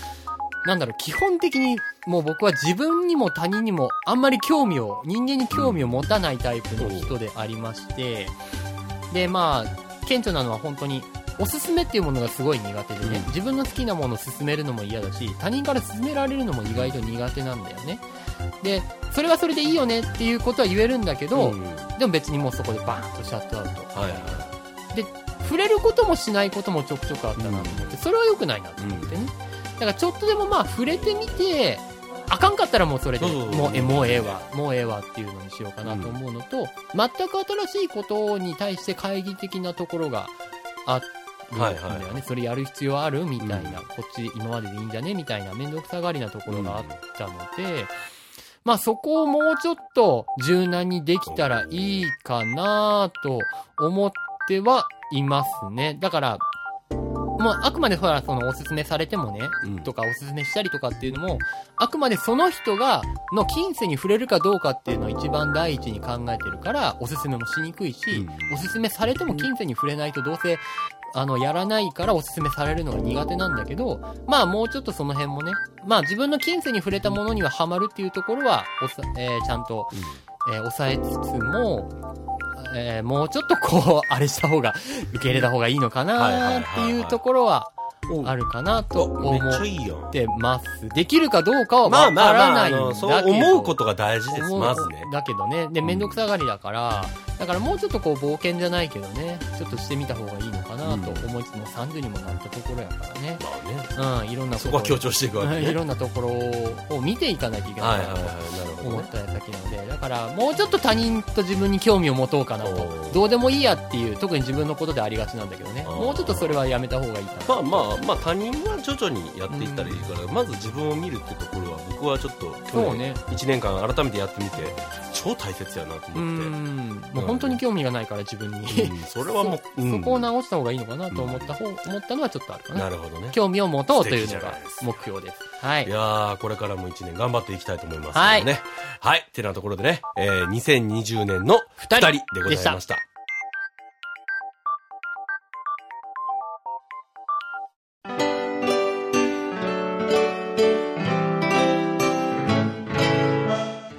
[SPEAKER 2] なんだろう、基本的に、もう僕は自分にも他人にもあんまり興味を、人間に興味を持たないタイプの人でありまして、で、まあ、顕著なのは本当に、おすすめっていうものがすごい苦手でね、
[SPEAKER 1] うん
[SPEAKER 2] 自分の好きなものを勧めるのも嫌だし、他人から勧められるのも意外と苦手なんだよね。で、それはそれでいいよねっていうことは言えるんだけど、
[SPEAKER 1] んはい
[SPEAKER 2] でも別にもうそこでバーンとシャットアウト。
[SPEAKER 1] は
[SPEAKER 2] 触れることもしないこともちょくちょくあったなと思って、それは良くないなと思ってね。だからちょっとでもまあ触れてみて、あかんかったらもうそれで、
[SPEAKER 1] そうそうそう
[SPEAKER 2] もうえ、もうええわ、もうええわっていうのにしようかなと思うのと、全く新しいことに対して懐疑的なところがあるんだよね。
[SPEAKER 1] はいはいは
[SPEAKER 2] それやる必要あるみたいな、
[SPEAKER 1] うん
[SPEAKER 2] こっち今まででいいんじゃねみたいな面倒くさがりなとこ
[SPEAKER 1] い。
[SPEAKER 2] ろがあったので、まあそこをもうちょっと柔軟にできたらいいかなと思ってはいますね。だから、もうあくまでほら、そのおすすめされてもね、
[SPEAKER 1] うん
[SPEAKER 2] とかおすすめしたりとかっていうのも、あくまでその人が、の近世に触れるかどうかっていうのを一番第一に考えてるから、おすすめもしにくいし、
[SPEAKER 1] うん
[SPEAKER 2] おすすめされても近世に触れないとどうせ、あの、やらないからおすすめされるのが苦手なんだけど、まあもうちょっとその辺もね、まあ自分の近世に触れたものにはハマるっていうところは、おさえーちゃんと、えー抑えつつも、えーもうちょっとこう、あれした方が、受け入れた方がいいの
[SPEAKER 1] は
[SPEAKER 2] か
[SPEAKER 1] いはいは
[SPEAKER 2] ないって
[SPEAKER 1] はい
[SPEAKER 2] いうところは
[SPEAKER 1] うん
[SPEAKER 2] あるかなと
[SPEAKER 1] お
[SPEAKER 2] 思
[SPEAKER 1] め
[SPEAKER 2] っ
[SPEAKER 1] っちゃいいやん。
[SPEAKER 2] てます。できるかどうかは
[SPEAKER 1] まあ
[SPEAKER 2] わ
[SPEAKER 1] ま
[SPEAKER 2] か
[SPEAKER 1] あ
[SPEAKER 2] ら
[SPEAKER 1] まあ、
[SPEAKER 2] な
[SPEAKER 1] あ
[SPEAKER 2] いんだけど。
[SPEAKER 1] のそう思うことが大事です、
[SPEAKER 2] 思う
[SPEAKER 1] まずね。
[SPEAKER 2] だけどね。で、めんどくさがりだから、だからもうちょっとこう冒険じゃないけどね、ちょっとしてみた方がいいのかなと思いつつも30にもなったところやからね。
[SPEAKER 1] まあね、
[SPEAKER 2] うん、いろんなと
[SPEAKER 1] そこ
[SPEAKER 2] ころ
[SPEAKER 1] は強調していくわけ
[SPEAKER 2] う
[SPEAKER 1] ね。
[SPEAKER 2] ん いろんなところを見ていかないといけ
[SPEAKER 1] は
[SPEAKER 2] ないい
[SPEAKER 1] はい
[SPEAKER 2] な
[SPEAKER 1] は
[SPEAKER 2] と
[SPEAKER 1] い、なるほど
[SPEAKER 2] 思っ
[SPEAKER 1] ね。
[SPEAKER 2] たや先なので、だからもうちょっと他人と自分に興味を持とうかな
[SPEAKER 1] お
[SPEAKER 2] と。
[SPEAKER 1] ー
[SPEAKER 2] どうでもいいやっていう、特に自分のことでありがちなんだけどね。
[SPEAKER 1] あー
[SPEAKER 2] もうちょっとそれはやめた方がいいかな。
[SPEAKER 1] まあまあ、まあ他人は徐々にやっていったらいいから、まず自分を見るってところは僕はちょっと
[SPEAKER 2] そ
[SPEAKER 1] 去
[SPEAKER 2] う
[SPEAKER 1] 年
[SPEAKER 2] ね。
[SPEAKER 1] 1年間改めてやってみて、超大切やなと
[SPEAKER 2] うー
[SPEAKER 1] 思って。
[SPEAKER 2] ん。もう本当に興味がないから自分
[SPEAKER 1] う
[SPEAKER 2] に。
[SPEAKER 1] んそれはもう、う
[SPEAKER 2] そ
[SPEAKER 1] ん
[SPEAKER 2] こを直した方がいいのかなと思った方、思ったのはちょっとあるかな。
[SPEAKER 1] なるほどね。
[SPEAKER 2] 興味を持とうという
[SPEAKER 1] 素敵じ
[SPEAKER 2] の
[SPEAKER 1] ゃ
[SPEAKER 2] が
[SPEAKER 1] ないですか
[SPEAKER 2] 目標です。はい
[SPEAKER 1] い。やー、これからも1年頑張っていきたいと思います
[SPEAKER 2] はい
[SPEAKER 1] けどね。はい。てなところでね、えー、2020年の
[SPEAKER 2] 二
[SPEAKER 1] 2人でございました。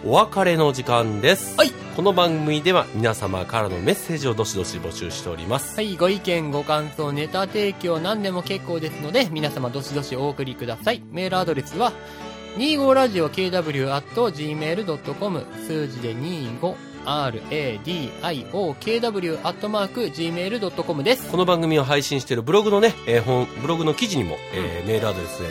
[SPEAKER 1] お別れの時間です。
[SPEAKER 2] はい
[SPEAKER 1] この番組では皆様からのメッセージをどしどし募集しております。
[SPEAKER 2] はい、ご意見、ご感想、ネタ提供、何でも結構ですので、皆様どしどしお送りください。メールアドレスは、25radio kw.gmail.com、数字で25、 radiokw.gmail.com です。
[SPEAKER 1] この番組を配信しているブログのね、えー本、ブログの記事にも、えーメールアドレスへの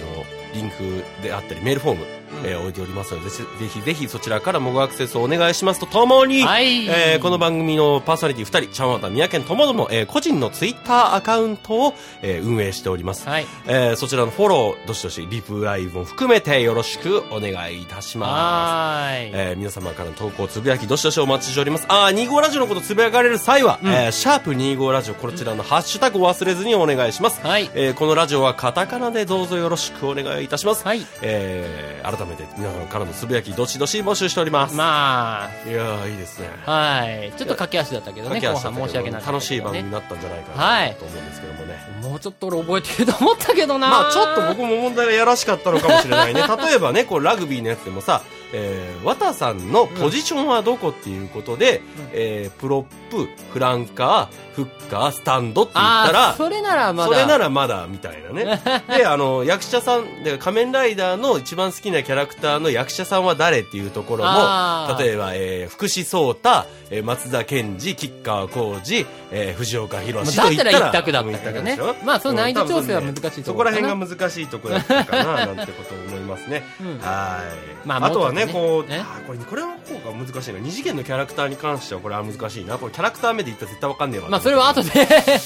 [SPEAKER 1] リンクであったり、メールフォーム、えー置いておりますので、ぜひぜひぜひそちらからもごアクセスをお願いしますとともに、
[SPEAKER 2] はい。
[SPEAKER 1] えーこの番組のパーソナリティ2人、ちゃんわたみやけんともども、えー個人のツイッターアカウントを、えー運営しております。
[SPEAKER 2] はい。
[SPEAKER 1] えーそちらのフォロー、どしどし、リプライも含めてよろしくお願いいたします。
[SPEAKER 2] はーい。
[SPEAKER 1] えー皆様からの投稿、つぶやき、どしどしお待ちしております。あー、25ラジオのことつぶやかれる際は、えーシャープ25ラジオ、こちらのハッシュタグを忘れずにお願いします。
[SPEAKER 2] はい。
[SPEAKER 1] えーこのラジオはカタカナでどうぞよろしくお願いいたします。
[SPEAKER 2] はい。
[SPEAKER 1] えー改めて皆様からのつぶやき、どしどし募集しております。
[SPEAKER 2] ま
[SPEAKER 1] いやー、いいですね。
[SPEAKER 2] あ、はい。ちょっと駆け足だったけどね、
[SPEAKER 1] 駆け
[SPEAKER 2] 後
[SPEAKER 1] 足だ
[SPEAKER 2] 半
[SPEAKER 1] ったけど
[SPEAKER 2] 申し訳なかったけどね。
[SPEAKER 1] 楽しい番組になったんじゃないかなと思うんですけどもね。
[SPEAKER 2] もうちょっと俺覚えてると思ったけどな
[SPEAKER 1] まあちょっと僕も問題がやらしかったのかもしれないね。 例えばね、こうラグビーのやつでもさ、えー、綿さんのポジションはどこっていうことで、えー、プロップ、フランカー、フッカー、スタンドって言った
[SPEAKER 2] ああ、
[SPEAKER 1] ら、
[SPEAKER 2] それならまだ。
[SPEAKER 1] それな
[SPEAKER 2] ら。
[SPEAKER 1] らまだみたいな ね。で、あの、役者さん、で仮面ライダーの一番好きなキャラクターの役者さんは誰っていうところ
[SPEAKER 2] あ
[SPEAKER 1] も、
[SPEAKER 2] ー
[SPEAKER 1] 例えば、えー、福士蒼太、えー松田健二、吉川浩二、えー藤岡弘
[SPEAKER 2] だ
[SPEAKER 1] と
[SPEAKER 2] っ
[SPEAKER 1] 言った
[SPEAKER 2] たら
[SPEAKER 1] ら。
[SPEAKER 2] 一択だったけどね
[SPEAKER 1] 一択でしょ
[SPEAKER 2] まあその難易度
[SPEAKER 1] うん多分ね
[SPEAKER 2] 調整は難しいところかな
[SPEAKER 1] そこら辺が難しいところだったかな、なんてことを思います ね。
[SPEAKER 2] うん
[SPEAKER 1] はい。
[SPEAKER 2] ま
[SPEAKER 1] ま
[SPEAKER 2] あ
[SPEAKER 1] あ、あとはね、
[SPEAKER 2] も
[SPEAKER 1] こ
[SPEAKER 2] うち
[SPEAKER 1] う、
[SPEAKER 2] ょっとね
[SPEAKER 1] あーこれ、これはこうが難しいな。二次元のキャラクターに関しては、これは難しいな。これ、キャラクター目で言ったら絶対わかんねえわ。
[SPEAKER 2] まあそれは後で。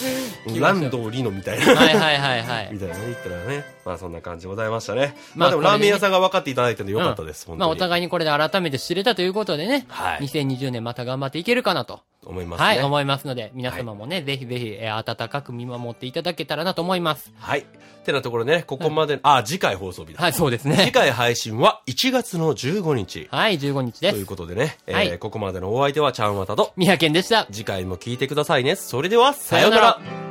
[SPEAKER 1] ランドリノみたいな。
[SPEAKER 2] はいはいはいはい
[SPEAKER 1] み。たいなね、言ったらね。まあそんな感じでございましたね。ま
[SPEAKER 2] まあ
[SPEAKER 1] あでも
[SPEAKER 2] これ
[SPEAKER 1] ラ
[SPEAKER 2] ね
[SPEAKER 1] ーメン屋さんが分かっていただいたんでよかったです、
[SPEAKER 2] うんまあお
[SPEAKER 1] 本当に。
[SPEAKER 2] 互いにこれで改めて知れたということでね。
[SPEAKER 1] はい。
[SPEAKER 2] 2020年また頑張っていけるかなと。
[SPEAKER 1] 思います
[SPEAKER 2] はい、
[SPEAKER 1] ね。
[SPEAKER 2] 思いますので、皆様もね、ぜひぜひ、えー温かく見守っていただけたらなと思います。
[SPEAKER 1] はい。てなところでね、ここまで、あ、次回放送日だ。
[SPEAKER 2] はい、そうです
[SPEAKER 1] 次
[SPEAKER 2] ね。
[SPEAKER 1] 回配信は1月の15日。
[SPEAKER 2] はい、15日で
[SPEAKER 1] という
[SPEAKER 2] す。
[SPEAKER 1] ことでね、えー
[SPEAKER 2] はい
[SPEAKER 1] ここまでのお相手はちゃんわたと、
[SPEAKER 2] 宮健でした。
[SPEAKER 1] 次回も聞いてくださいね。それでは、さような
[SPEAKER 2] さよう
[SPEAKER 1] ら
[SPEAKER 2] な。